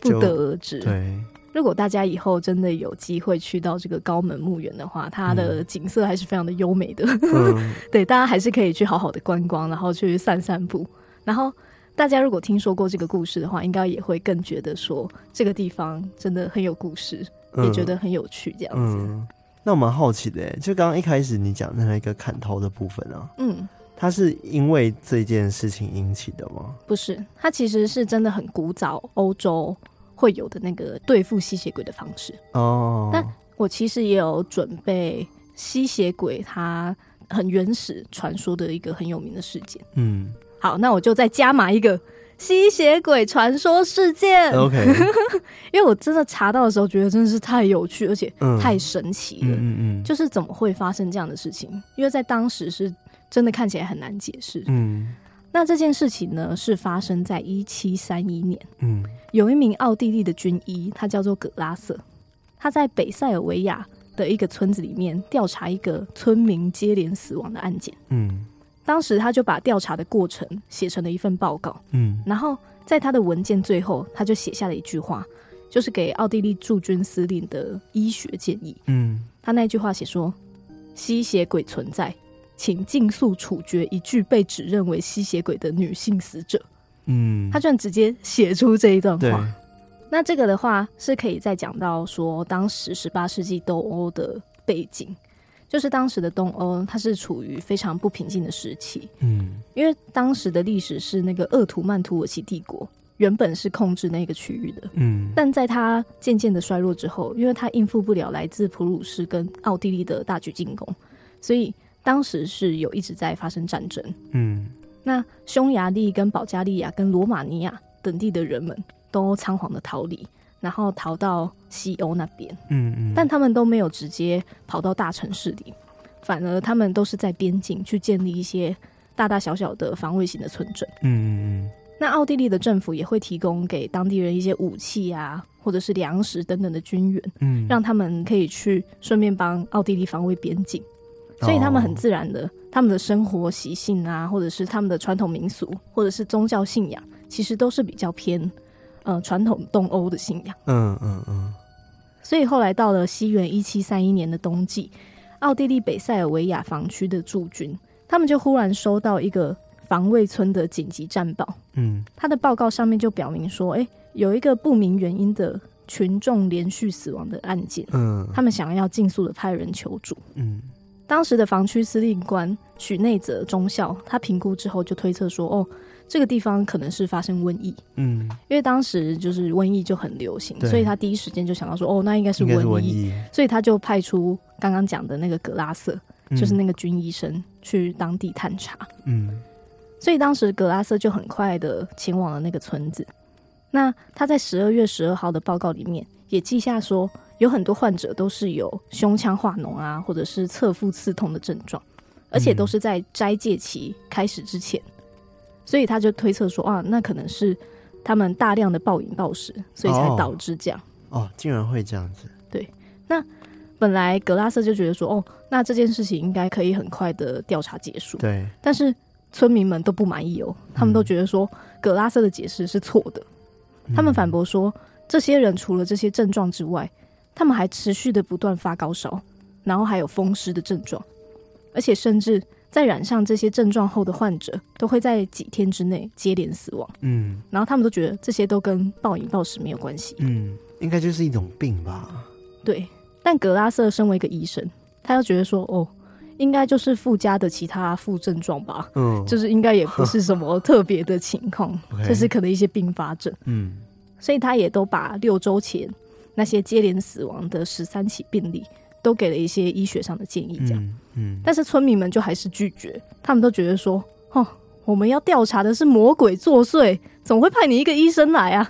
不得而知。 对，如果大家以后真的有机会去到这个高门墓园的话，它的景色还是非常的优美的。嗯对，大家还是可以去好好的观光，然后去散散步。然后大家如果听说过这个故事的话，应该也会更觉得说这个地方真的很有故事，嗯也觉得很有趣这样子。嗯嗯，那我蛮好奇的耶，欸就刚刚一开始你讲的那个砍头的部分啊，嗯它是因为这件事情引起的吗？不是，它其实是真的很古早欧洲会有的那个对付吸血鬼的方式。哦，那我其实也有准备吸血鬼它很原始传说的一个很有名的事件。嗯好，那我就再加码一个吸血鬼传说事件。呃 ，OK，因为我真的查到的时候，觉得真的是太有趣，而且嗯，太神奇嗯了。嗯嗯，就是怎么会发生这样的事情？因为在当时是真的看起来很难解释。嗯那这件事情呢，是发生在一七三一年，嗯有一名奥地利的军医，他叫做葛拉瑟，他在北塞尔维亚的一个村子里面调查一个村民接连死亡的案件。嗯当时他就把调查的过程写成了一份报告，嗯然后在他的文件最后，他就写下了一句话，就是给奥地利驻军司令的医学建议。嗯，他那句话写说：“吸血鬼存在，请尽速处决一具被指认为吸血鬼的女性死者。”嗯，他居然直接写出这一段对，话。那这个的话是可以再讲到说，当时十八世纪东欧的背景，就是当时的东欧，它是处于非常不平静的时期，嗯因为当时的历史是那个鄂图曼土耳其帝国原本是控制那个区域的，嗯，但在它渐渐的衰落之后，因为它应付不了来自普鲁士跟奥地利的大举进攻，所以当时是有一直在发生战争。嗯那匈牙利、跟保加利亚、跟罗马尼亚等地的人们都仓皇的逃离，然后逃到西欧那边，嗯嗯，但他们都没有直接跑到大城市里，反而他们都是在边境去建立一些大大小小的防卫型的村镇。嗯嗯那奥地利的政府也会提供给当地人一些武器啊，或者是粮食等等的军援，嗯，让他们可以去顺便帮奥地利防卫边境。所以他哦们很自然的，他们的生活习性啊，或者是他们的传统民俗，或者是宗教信仰，其实都是比较偏呃传统东欧的信仰。嗯嗯嗯所以后来到了西元一七三一年的冬季，奥地利北塞尔维亚防区的驻军，他们就忽然收到一个防卫村的紧急战报。嗯他的报告上面就表明说，诶，有一个不明原因的群众连续死亡的案件，嗯他们想要尽速的派人求助。嗯当时的防区司令官许内泽中校，他评估之后就推测说，哦，这个地方可能是发生瘟疫，嗯，因为当时就是瘟疫就很流行，对所以他第一时间就想到说，哦，那应该是应该瘟是疫，瘟疫，所以他就派出刚刚讲的那个格拉瑟，就是那个军医生去当地探查。嗯所以当时格拉瑟就很快的前往了那个村子。那他在十二月十二号的报告里面也记下说，有很多患者都是有胸腔化脓啊，或者是侧腹刺痛的症状，而且都是在斋戒期开始之前。所以他就推测说，啊，那可能是他们大量的暴饮暴食，所以才哦导致这样。哦，竟然会这样子，本来格拉瑟就觉得说，哦，那这件事情应该可以很快的调查结束。对，但是村民们都不满意哦，他们都觉得说葛拉瑟的解释是错的。嗯他们反驳说，这些人除了这些症状之外，他们还持续的不断发高烧，然后还有风湿的症状，而且甚至在染上这些症状后的患者，都会在几天之内接连死亡。嗯然后他们都觉得这些都跟暴饮暴食没有关系。嗯，应该就是一种病吧，对，但格拉瑟身为一个医生，他又觉得说，哦，应该就是附加的其他副症状吧。嗯，就是应该也不是什么特别的情况 OK，就是可能一些并发症，嗯所以他也都把六周前那些接连死亡的十三起病例都给了一些医学上的建议，这样。嗯嗯，但是村民们就还是拒绝，他们都觉得说，哦，我们要调查的是魔鬼作祟，怎么会派你一个医生来啊？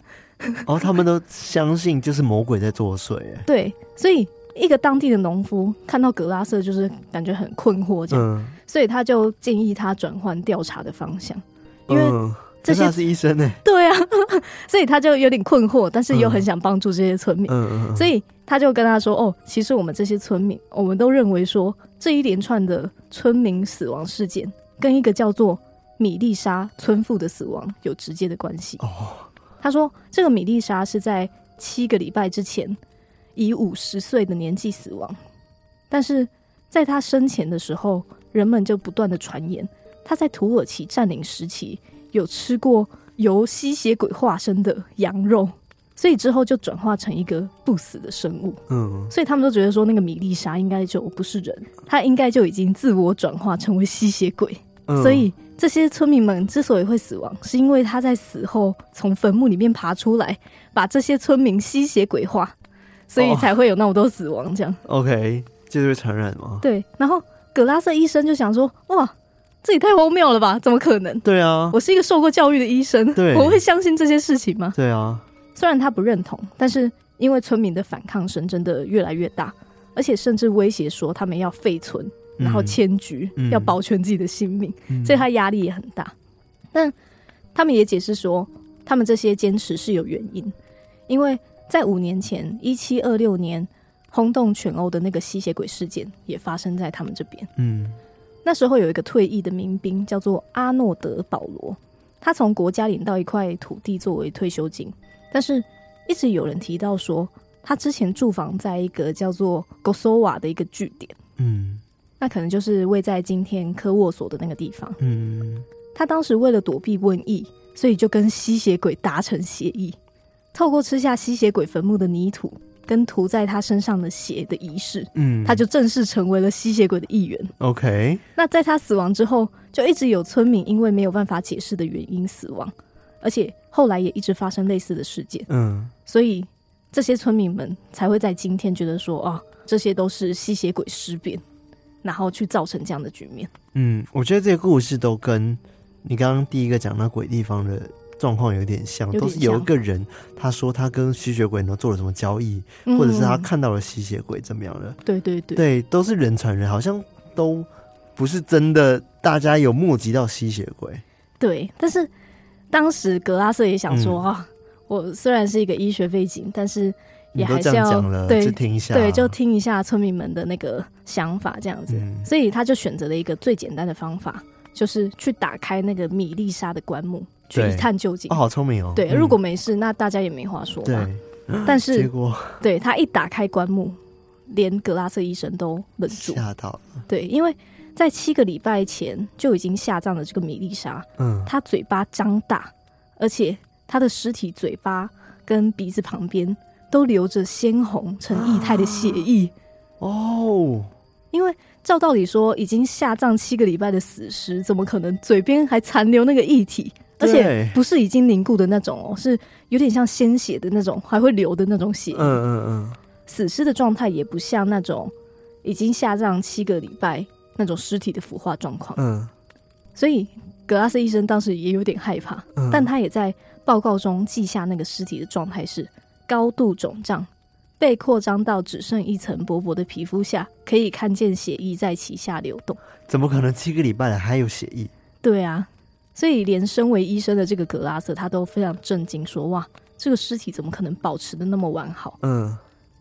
哦，他们都相信就是魔鬼在作祟，哎，对，所以一个当地的农夫看到格拉瑟，就是感觉很困惑，这样，嗯，所以他就建议他转换调查的方向。嗯这些可是他是医生欸呢，对啊， 所以他就有点困惑，但是又很想帮助这些村民，嗯嗯，所以以他就跟他说：“哦，其实我们这些村民，我们都认为说这一连串的村民死亡事件跟一个叫做米丽莎村妇的死亡有直接的关系。哦，”他说：“这个米丽莎是在七个礼拜之前以五十岁的年纪死亡，但是在她生前的时候，人们就不断的传言她在土耳其占领时期有吃过由吸血鬼化身的羊肉，所以之后就转化成一个不死的生物。嗯所以他们都觉得说，那个米丽莎应该就不是人，她应该就已经自我转化成为吸血鬼。嗯，所以这些村民们之所以会死亡，是因为他在死后从坟墓里面爬出来，把这些村民吸血鬼化，所以哦才会有那么多死亡这样。 OK，就是会传染吗？对，然后葛拉瑟医生就想说，哇，这也太荒谬了吧？怎么可 能？对啊，我是一个受过教育的医生，对我会相信这些事情吗？对啊，虽然他不认同，但是因为村民的反抗声真的越来越大，而且甚至威胁说他们要废村，然后嗯迁居，嗯要保全自己的性命。嗯所以他压力也很大。但他们也解释说，他们这些坚持是有原因，因为在五年前，一七二六年轰动全欧的那个吸血鬼事件也发生在他们这边。嗯那时候有一个退役的民兵叫做阿诺德·保罗，他从国家领到一块土地作为退休金，但是一直有人提到说，他之前驻防在一个叫做 Gosova 的一个据点，嗯那可能就是位在今天科沃索的那个地方。嗯他当时为了躲避瘟疫，所以就跟吸血鬼达成协议，透过吃下吸血鬼坟墓的泥土，跟涂在他身上的血的仪式，嗯，他就正式成为了吸血鬼的一员。 OK，那在他死亡之后，就一直有村民因为没有办法解释的原因死亡，而且后来也一直发生类似的事件，嗯所以这些村民们才会在今天觉得说啊，这些都是吸血鬼尸变，然后去造成这样的局面。嗯，我觉得这些故事都跟你刚刚第一个讲那鬼地方的状况有点像，有点都是有一像个人他说他跟吸血鬼呢做了什么交易，或者是他看到了吸血鬼怎么样了，嗯、对嗯对对，对，都是人传人，好像都不是真的，大家有目击到吸血鬼，对，但是当时格拉瑟也想说、嗯啊，我虽然是一个医学背景，但是你也都还这是样要讲了，对就听一下，啊对，就啊听一下村民们的那个想法这样子。嗯所以他就选择了一个最简单的方法，就是去打开那个米丽莎的棺木，去对一探究竟哦，。好聪明哦，对，嗯如果没事，那大家也没话说嘛。对，但结是，果对他一打开棺木，连格拉瑟医生都忍住。吓到了，对，因为在七个礼拜前就已经下葬的这个米丽莎，嗯，她嘴巴张大，而且她的尸体嘴巴跟鼻子旁边都流着鲜红呈啊液态的血液。哦，因为照道理说，已经下葬七个礼拜的死尸，怎么可能嘴边还残留那个液体？而且对不是已经凝固的那种哦，是有点像鲜血的那种，还会流的那种血。嗯嗯嗯，死尸的状态也不像那种已经下葬七个礼拜那种尸体的腐化状况，嗯所以格拉斯医生当时也有点害怕，嗯，但他也在报告中记下那个尸体的状态是高度肿胀，被扩张到只剩一层薄薄的皮肤下，可以看见血液在其下流动。怎么可能七个礼拜了还有血意？对啊，所以连身为医生的这个格拉瑟，他都非常震惊，说：“哇，这个尸体怎么可能保持的那么完好？嗯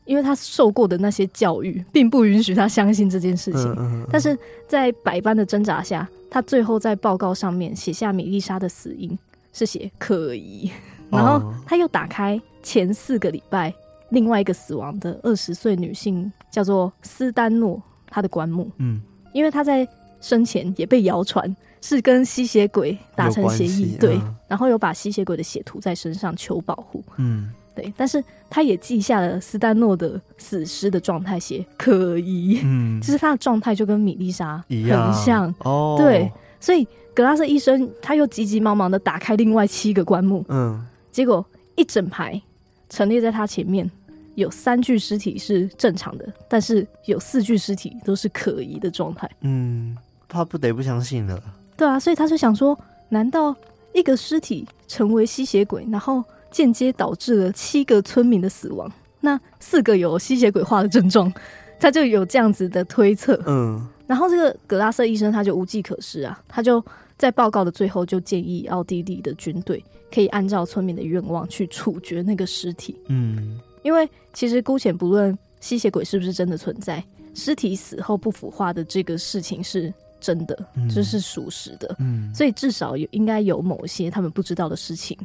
因为他受过的那些教育，并不允许他相信这件事情。嗯嗯，但是在百般的挣扎下，他最后在报告上面写下米丽莎的死因是写可疑，然后哦他又打开前四个礼拜另外一个死亡的二十岁女性叫做斯丹诺她的棺木，嗯因为她在生前也被谣传是跟吸血鬼达成协议，有关系对嗯，然后有把吸血鬼的血涂在身上求保护，嗯，对，但是他也记下了斯丹诺的死尸的状态，写可疑。嗯就是他的状态就跟米丽莎一样很像，哦，对，所以格拉斯医生他又急急忙忙的打开另外七个棺木，嗯结果一整排陈列在他前面，有三具尸体是正常的，但是有四具尸体都是可疑的状态。嗯，他不得不相信了，对啊，所以他就想说，难道一个尸体成为吸血鬼，然后间接导致了七个村民的死亡？那四个有吸血鬼化的症状，他就有这样子的推测。嗯然后这个格拉瑟医生他就无计可施啊，他就在报告的最后就建议奥地利的军队可以按照村民的愿望去处决那个尸体，嗯因为其实姑且不论吸血鬼是不是真的存在，尸体死后不腐化的这个事情是真的，嗯这是属实的，嗯，所以至少有应该有某些他们不知道的事情，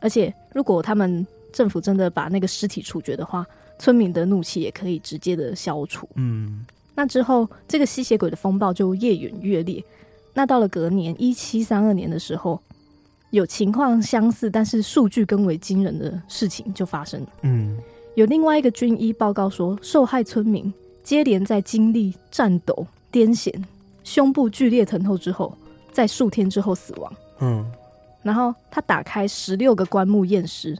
而且如果他们政府真的把那个尸体处决的话，村民的怒气也可以直接的消除。嗯那之后，这个吸血鬼的风暴就越演越烈。那到了隔年一七三二年的时候，有情况相似但是数据更为惊人的事情就发生了。嗯有另外一个军医报告说，受害村民接连在经历战斗、癫痫、胸部剧烈疼痛之后，在数天之后死亡。嗯，然后他打开十六个棺木验尸，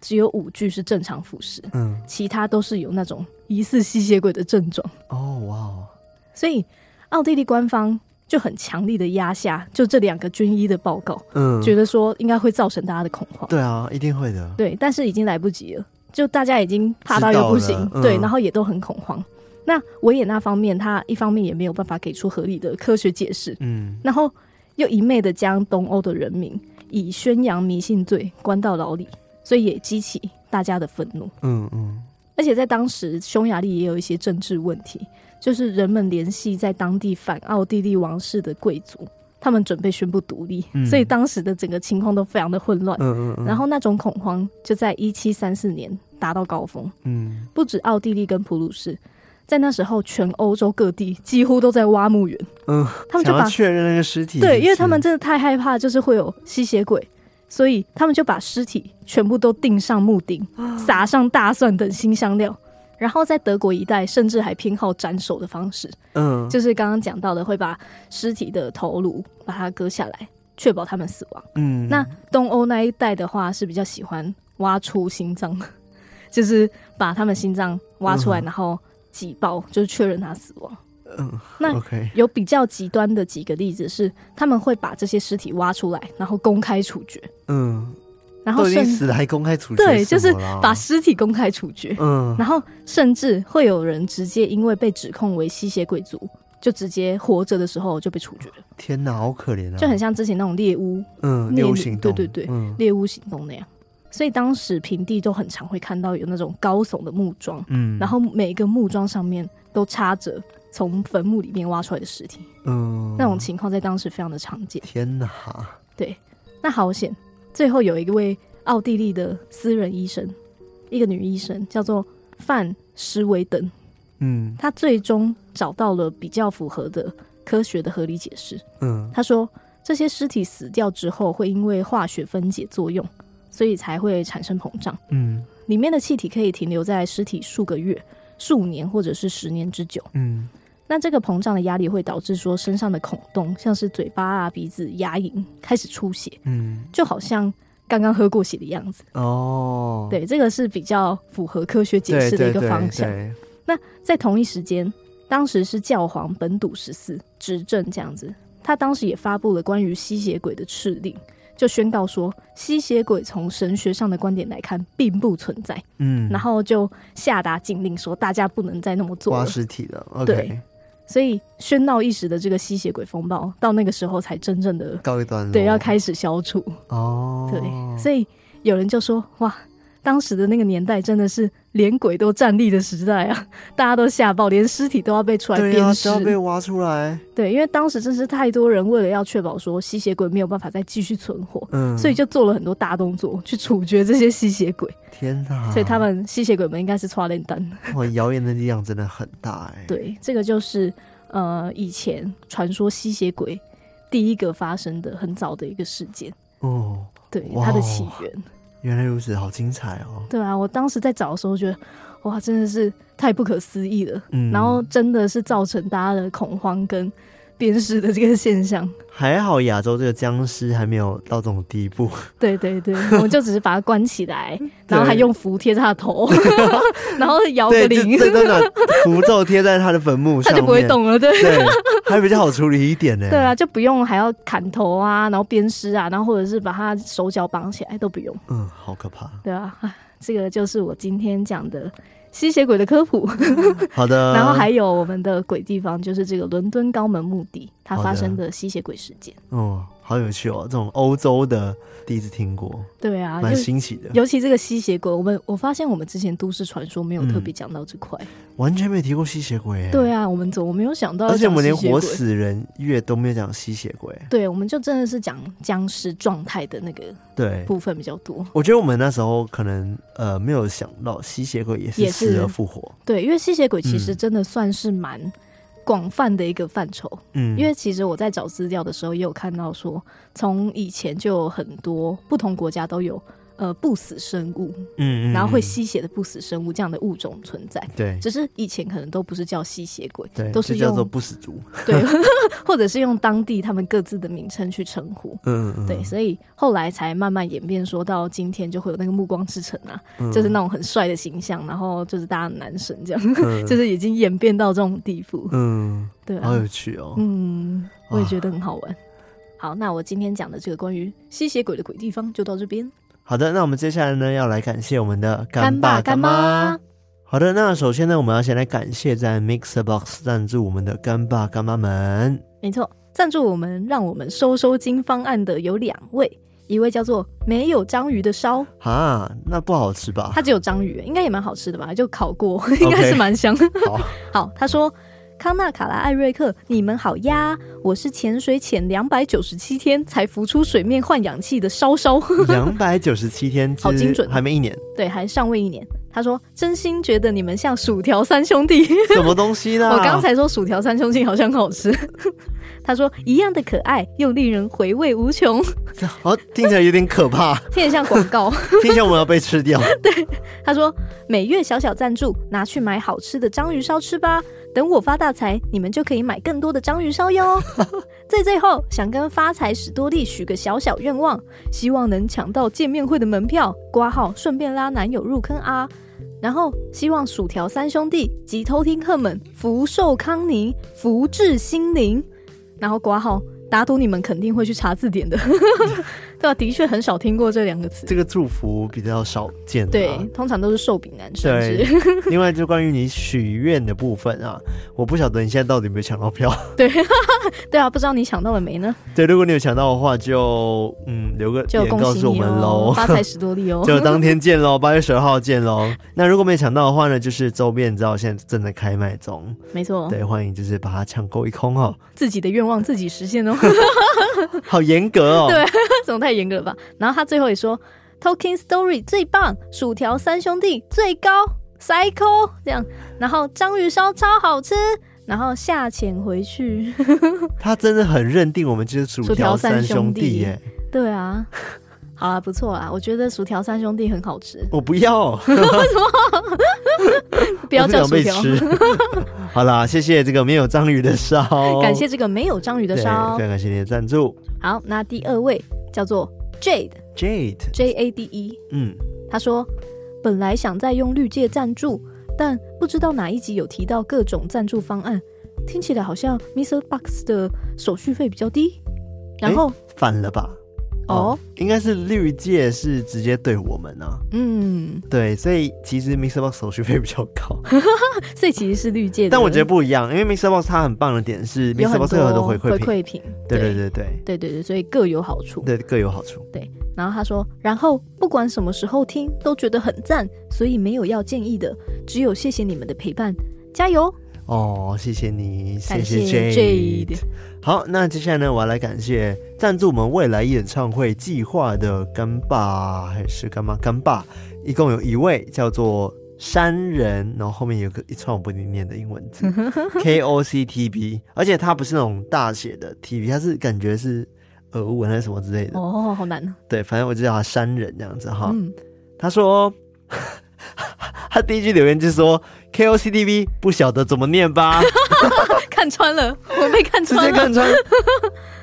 只有五具是正常腐蚀，嗯其他都是有那种疑似吸血鬼的症状。哦哇哦，所以奥地利官方就很强力的压下就这两个军医的报告，嗯，觉得说应该会造成大家的恐慌。对啊，一定会的，对，但是已经来不及了，就大家已经怕到又不知道行了，嗯对，然后也都很恐慌。那维也纳方面，他一方面也没有办法给出合理的科学解释，嗯然后又一昧的将东欧的人民以宣扬迷信罪关到牢里，所以也激起大家的愤怒。嗯嗯而且在当时，匈牙利也有一些政治问题，就是人们联系在当地反奥地利王室的贵族，他们准备宣布独立，嗯所以当时的整个情况都非常的混乱。嗯嗯，然后那种恐慌就在一七三四年达到高峰，嗯不止奥地利跟普鲁士，在那时候全欧洲各地几乎都在挖墓园，嗯，他们就想把要确认那个尸体，对，因为他们真的太害怕，就是会有吸血鬼，所以他们就把尸体全部都钉上木钉，撒上大蒜等新香料，然后在德国一带，甚至还偏好斩首的方式，嗯，就是刚刚讲到的，会把尸体的头颅把它割下来，确保他们死亡。嗯，那东欧那一带的话，是比较喜欢挖出心脏， 就是把他们心脏挖出来，嗯然后挤爆，就是确认他死亡。嗯，那 OK，有比较极端的几个例子是，他们会把这些尸体挖出来，然后公开处决，嗯，然后都已甚经死了还公开处决什么啦，对，就是把尸体公开处决。嗯然后甚至会有人直接因为被指控为吸血鬼族，就直接活着的时候就被处决了，天哪，好可怜啊，就很像之前那种猎巫嗯猎六物行对动，对对嗯猎巫行动那样。所以当时平地都很常会看到有那种高耸的木桩，嗯，然后每一个木桩上面都插着从坟墓里面挖出来的尸体，嗯那种情况在当时非常的常见。天哪，对，那好险，最后有一位奥地利的私人医生，一个女医生叫做范施维登，嗯他最终找到了比较符合的科学的合理解释。嗯他说，这些尸体死掉之后，会因为化学分解作用，所以才会产生膨胀。嗯里面的气体可以停留在尸体数个月、数年或者是十年之久。嗯那这个膨胀的压力会导致说身上的孔洞，像是嘴巴啊、鼻子、牙龈开始出血，嗯，就好像刚刚喝过血的样子。哦，对，这个是比较符合科学解对，释的一个对方向。对在同一时间，当时是教皇本笃十四执政这样子，他当时也发布了关于吸血鬼的敕令，就宣告说吸血鬼从神学上的观点来看并不存在，嗯，然后就下达禁令说大家不能再那么做挖了。尸体的对，OK，所以喧闹一时的这个吸血鬼风暴，到那个时候才真正的告一段落，对要开始消除。哦，对，所以有人就说哇。当时的那个年代真的是连鬼都站立的时代啊， 大家都吓爆，连尸体都要被出来对鞭啊，尸、都要被挖出来，对，因为当时真是太多人为了要确保说吸血鬼没有办法再继续存活，嗯，所以就做了很多大动作去处决这些吸血鬼。天哪，所以他们吸血鬼们应该是抓炼丹。哇，谣言的力量真的很大哎、，对，这个就是呃以前传说吸血鬼第一个发生的很早的一个事件，哦，对哇它的起源。原来如此，好精彩哦。对啊，我当时在找的时候觉得哇，真的是太不可思议了，嗯，然后真的是造成大家的恐慌跟鞭尸的这个现象。 还好亚洲这个僵尸还没有到这种地步，对对对，我们就只是把它关 起来，然后还用符贴在他的头，然后摇个对，就铃，真的把 符咒贴在他的坟墓他上就面，不会，动了。对对，还比较好处理一点呢、 对啊，就不用还要砍头啊，然后鞭尸啊，然后或者是把他手脚绑起来都不用。嗯，好可怕。对啊，唉这个就是我今天讲的吸血鬼的科普，好的，然后还有我们的鬼地方，就是这个伦敦高门墓地它发生的吸血鬼事件。哦，好有趣哦，这种欧洲的第一次听过，对啊，蛮嗯就新奇的，尤其这个吸血鬼，我们我发现我们之前都市传说没有特别讲到这块。完全没提过吸血鬼、欸，对，啊，我们总我没有想到嗯要而且我们连讲吸血活鬼，死人月都没有讲吸血鬼，对，我们就真的是讲僵尸状态的那个对。部分比较多。我觉得我们那时候可能呃没有想到吸血鬼也是也是死而复活，对，因为吸血鬼其实嗯真的算是蛮广泛的一个范畴，嗯，因为其实我在找资料的时候也有看到说，从以前就有很多不同国家都有。呃，不死生物，嗯嗯，然后会嗯吸血的不死生物这样的物种存在，对只是以前可能都不是叫吸血鬼，对，都就是叫用做不死族，对，或者是用当地他们各自的名称去称呼。嗯嗯，嗯对，，所以后来才慢慢演变，说到今天就会有那个暮光之城啊，嗯就是那种很帅的形象，然后就是大家的男神这样，嗯 就是已经演变到这种地步，嗯，对好啊有，趣哦，嗯，我也哇觉得很好玩。好，那我今天讲的这个关于吸血鬼的鬼地方就到这边，好的，那我们接下来呢要来感谢我们的干爸干妈妈。，好的，那首先呢，我们要先来感谢在 Mixer Box 赞助我们的干爸干妈们。没错，赞助我们让我们收收金方案的有两位，一位叫做没有章鱼的烧，哈，那不好吃吧 它？只有章鱼，应该也蛮好吃的吧，就烤过，应该是 OK 蛮香。好， 好，他说：“康纳、卡拉、艾瑞克，你们好呀！我是潜水潜两百九十七天才浮出水面换氧气的烧烧， 两百九十七天，好精准还没一年。对，还上位一年。”他说：“真心觉得你们像薯条三兄弟。”什么东西呢？ 我刚才说薯条三兄弟好像很好吃。 他说：“一样的可爱，又令人回味无穷。 哦，听起来有点可怕，听着像广告。听起来我们要被吃掉。 他说：“每月小小赞助，拿去买好吃的章鱼烧吃吧。等我发大财，你们就可以买更多的章鱼烧哟。”在最后，想跟发财史多利许个小小愿望，希望能抢到见面会的门票，挂号顺便拉男友入坑啊。然后希望薯条三兄弟及偷听客们福寿康宁，福至心灵。然后挂号，打赌你们肯定会去查字典的，对啊吧？的确很少听过这两个词。这个祝福比较少见、啊，对，通常都是寿饼男生。对， 另外就关于你许愿的部分啊，我不晓得你现在到底有没有抢到票。 对，对啊，不知道你抢到了没呢？对，如果你有抢到的话就，就嗯留个就言恭告喜诉我你们哦喽，，。发财史多利哦 就当天见喽，八月十二号见 喽。那如果没抢到的话呢，就是周边，你知道现在正在开卖中，没错，对，欢迎就是把它抢购一空 哦。自己的愿望自己实现哦。 好严格哦，对总太严格了吧？然后他最后也说，Talking Story 最棒，薯条三兄弟最高，Psycho 这样，然后章鱼烧超好吃，然后下潜回去。 他真的很认定我们就是薯薯条条三三兄兄弟弟耶，对啊，好啦，不错啦，我觉得薯条三兄弟很好吃，我不要， 不要我想叫薯被条。吃。好啦，谢谢这个没有章鱼的烧， 感谢这个没有章鱼的对，烧非。常感谢你的赞助好，那第二位叫做 Jade ，Jade， J A D E，嗯，他说本来想再用绿界赞助，但不知道哪一集有提到各种赞助方案，听起来好像 Mr. Box 的手续费比较低。然后，反了吧？哦，应该是绿界是直接对我们啊，嗯，对，所以其实 Mr. Box 手续费比较高，所以其实是绿界的，但我觉得不一样，因为 Mr. Box 它很棒的点是 Mr. 有很 Box 有很多多回馈品，馈品，对对对对对对对，所以各有好处。对，各有好处。然后他说，然后不管什么时候听都觉得很赞，所以没有要建议的，只有谢谢你们的陪伴，加油！哦，谢谢你，感谢谢 Jade。 Jade 好，那接下来呢，我要来感谢赞助我们未来演唱会计划的干爸还是干妈干爸，一共有一位叫做山人，然后后面有个一串我不一定念的英文字 K O C T B，而且它不是那种大写的 T B，它是感觉是俄文还是什么之类的。哦，好难啊，对，反正我就叫他山人这样子哈。嗯， 他说， 他第一句留言就说 K O C T B 不晓得怎么念吧。看穿了，我被看直穿接了， 看穿。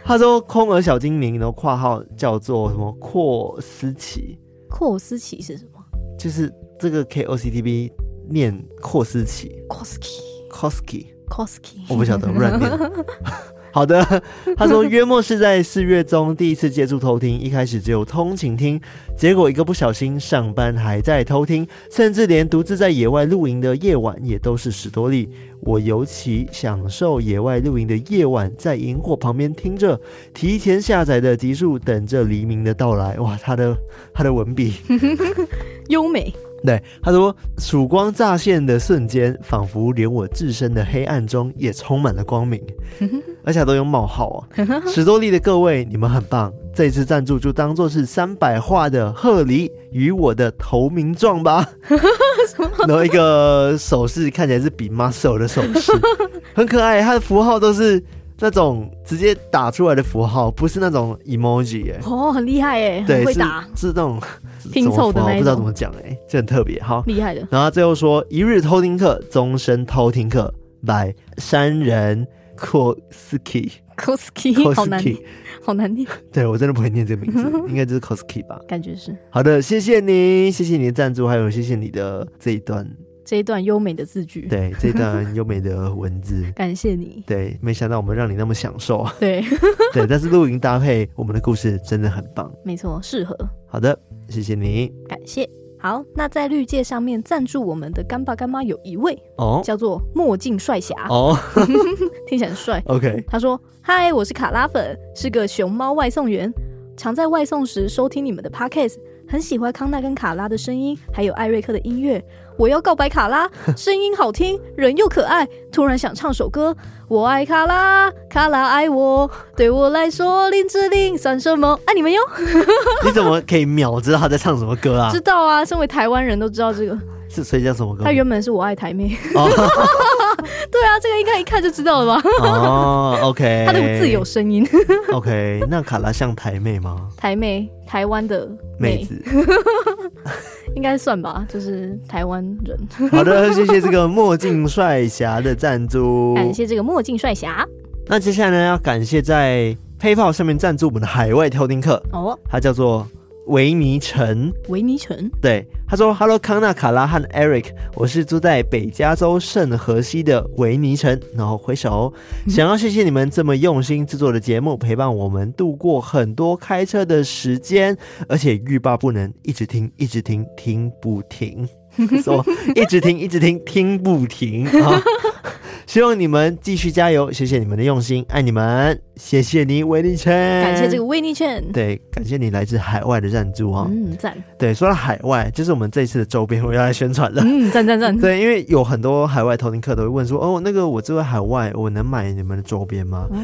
他说空耳小精灵，然后括号叫做什么扩斯奇，阔斯奇是什么就是这个 K O C T B 念扩斯奇？Koski （Koski），我 Koski，不晓得，我乱念。 好的，他说约莫是在四月中第一次接触偷听，一开始只有通勤听，结果一个不小心上班还在偷听，甚至连独自在野外露营的夜晚也都是史多利。我尤其享受野外露营的夜晚，在萤火旁边听着提前下载的集数，等着黎明的到来。哇，他的他的文笔优美，对，他说曙光乍现的瞬间，仿佛连我自身的黑暗中也充满了光明，嗯而且还都用冒号啊！ 史多利的各位，你们很棒！这一次赞助就当做是三百画的贺礼与我的投名状 吧。然后一个手势看起来是比 muscle 的手 势，很可爱。它的符号都是那种直接打出来的符号，不是那种 emoji 耶、哦，很厉害哎，很对，会是打，是那种拼凑怎么符的号那一种不知道怎么讲哎、这很特别哈。好厉害的，然后他最后说一日偷听课，终身偷听课，by 山人 Koski Koski 好难， Koski，好难念，对我真的不会念这个 名字，应该就是 Koski 吧。感觉是好的，谢谢你，谢谢你的赞助，还有谢谢你的这一段，这一段优美的字句， 对这一段优美的文字。感谢你，对，没想到我们让你那么享受，啊对， 对，但是露营搭配我们的故事真的很棒。没错，适合。好的，谢谢你感谢。好，那在绿界上面赞助我们的干爸干妈有一位哦叫做墨镜帅侠，哦听起来很帅。 ，OK，他说：“嗨，我是卡拉粉，是个熊猫外送员，常在外送时收听你们的 podcast，很喜欢康纳跟卡拉的声音，还有艾瑞克的音乐。我要告白 卡拉，声音好听，人又可爱，突然想唱首歌。我爱卡拉，卡拉爱我，对我来说林志玲算什么？爱你们哟！你怎么可以秒知道他在唱什么歌啊知？道啊，身为台湾人都知道这个。是所以叫什么歌他？原本是我爱台妹， 哦对啊，这个应该一看就知道 了吧？哦，OK， 他的字有声哎音， OK，那卡拉像台妹吗？台妹，台湾的妹子，应该算吧，就是台湾人。好的，谢谢这个墨镜帅侠的赞助。感谢这个墨镜帅侠那接下来呢，要感谢在 PayPal 上面赞助我们的海外跳丁课，哦，他叫做维尼城。维尼城对，他说：“Hello，康纳、卡拉和 Eric，我是住在北加州圣荷西的维尼城。然后挥手，哦嗯想要谢谢你们这么用心制作的节目，陪伴我们度过很多开车的时间，而且欲罢不能，一直听，一直听，听不 停。说一直听，一直听，听不停啊！ 希望你们继续加油，谢谢你们的用心，爱你们，谢谢你，维尼城。感谢这个维尼城，对，感谢你来自海外的赞助啊、嗯，赞，对，说到海外，就是我们这一次的周边，我要来宣传了。 嗯，赞赞赞，对，因为有很多海外投听客都会问说，哦，那个我住在海外，我能买你们的周边吗？哦，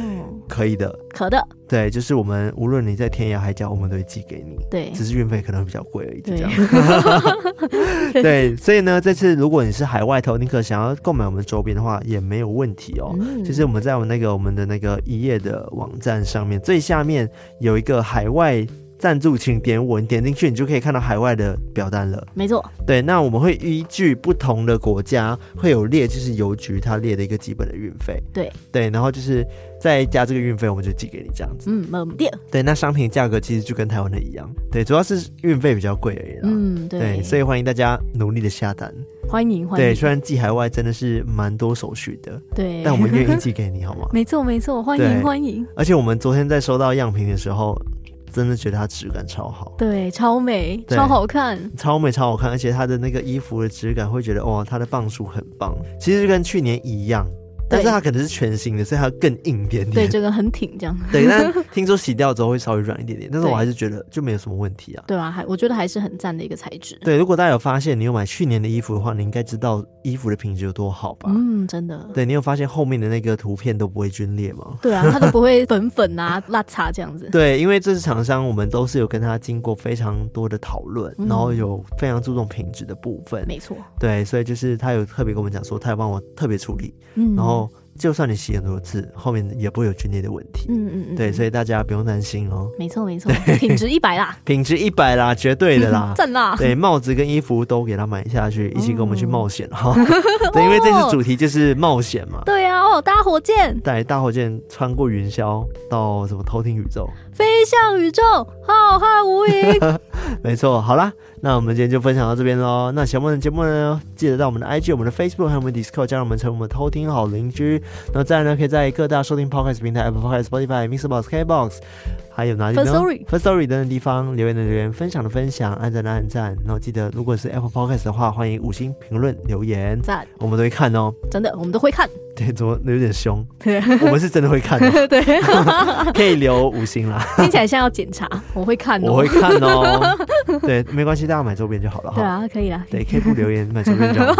可以的，可的，对，就是我们无论你在天涯海角，我们都会寄给你，对，只是运费可能会比较贵而已，就这对样。 对，所以呢，这次如果你是海外投听客，想要购买我们的周边的话，也没有问题哦。嗯就是我们在我们那个我们的那个一页的网站上面，最下面有一个海外赞助，请点我，你点进去，你就可以看到海外的表单了。没错，对，那我们会依据不同的国家会有列，就是邮局它列的一个基本的运费。对对，然后就是再加这个运费，我们就寄给你这样子。嗯，没第二，对，啊那商品价格其实就跟台湾的一样，对，主要是运费比较贵而已啦。嗯，对，对，所以欢迎大家努力的下单。欢迎欢对，迎，虽然寄海外真的是蛮多手续的，对，但我们愿意寄给你，好吗 ？没错没错，欢对迎欢迎，而且我们昨天在收到样品的时候，真的觉得它质感超好，对，超美，对超好看，超美超好看，而且它的那个衣服的质感会觉得哇，它的磅数很棒，其实就跟去年一样，但是它可能是全新的，所以它更硬一点对，点。这个很挺这样， 对，但听说洗掉之后会稍微软一点点，但是我对还是觉得就没有什么问题啊。对啊，还我觉得还是很赞的一个材质，对，如啊果大家有发现你有买去年的衣服的话，你应该知道衣服的品质有多好吧？嗯，真的。对你有发现后面的那个图片都不会皲裂吗？对啊，它都不会粉 粉啊、辣茶这样子。对，因为这次厂商我们都是有跟他经过非常多的讨论，嗯然后有非常注重品质的部分。没错，对，所以就是他有特别跟我们讲说，他有帮我特别处理，嗯，然后就算你洗很多次，后面也不会有皲裂的问题。嗯嗯嗯，对，所以以大家不用担心哦，没错没错，品质一百啦，。品质一百啦，绝对的啦 赞啦， 对，帽子跟衣服都给他买下哦去，一起跟我们去冒险 哈。对，因为这次主题就是冒险嘛。对啊，哦，搭火箭带大火箭穿过云霄到什么偷听宇宙，飞向宇宙，浩瀚无 垠。没错，好啦，那我们今天就分享到这边喽。那喜欢我们的节目呢，记得到我们的 IG、我们的 Facebook 还有我们的 Discord 加入我们成为我们的偷听好邻居。那再来呢，可以在各大收听 Podcast 平台 Apple Podcast、Spotify、Mixbox、KBox，还有哪里呢 First Story First Story 等等地方留言的留言，分享的分享，按赞的按赞。然后记得，如果是 Apple Podcast 的话，欢迎五星评论留言，赞，我们都会看哦。 真的，我们都会看。对，怎么有点 凶？对我们是真的会看、哦，对， 可以留五星啦，听起来像要检查，我会看我哦会。看 哦。对，没关系，大家买周边就好了哈。对啊，可以啦。对，可以不留言，买随便讲。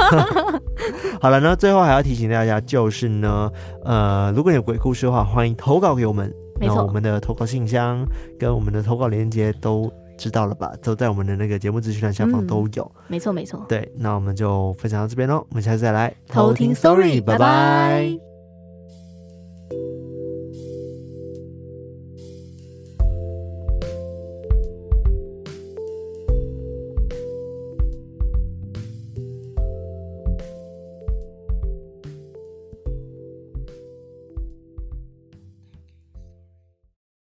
好了，那最后还要提醒大家，就是呢，呃，如果你有鬼故事的话，欢迎投稿给我们。没那错我们的投稿信箱跟我们的投稿链接都知道了吧？都在我们的那个节目资讯栏下方嗯都有。没错没错，对，那我们就分享到这边喽，我们下次再来偷听 story，拜拜。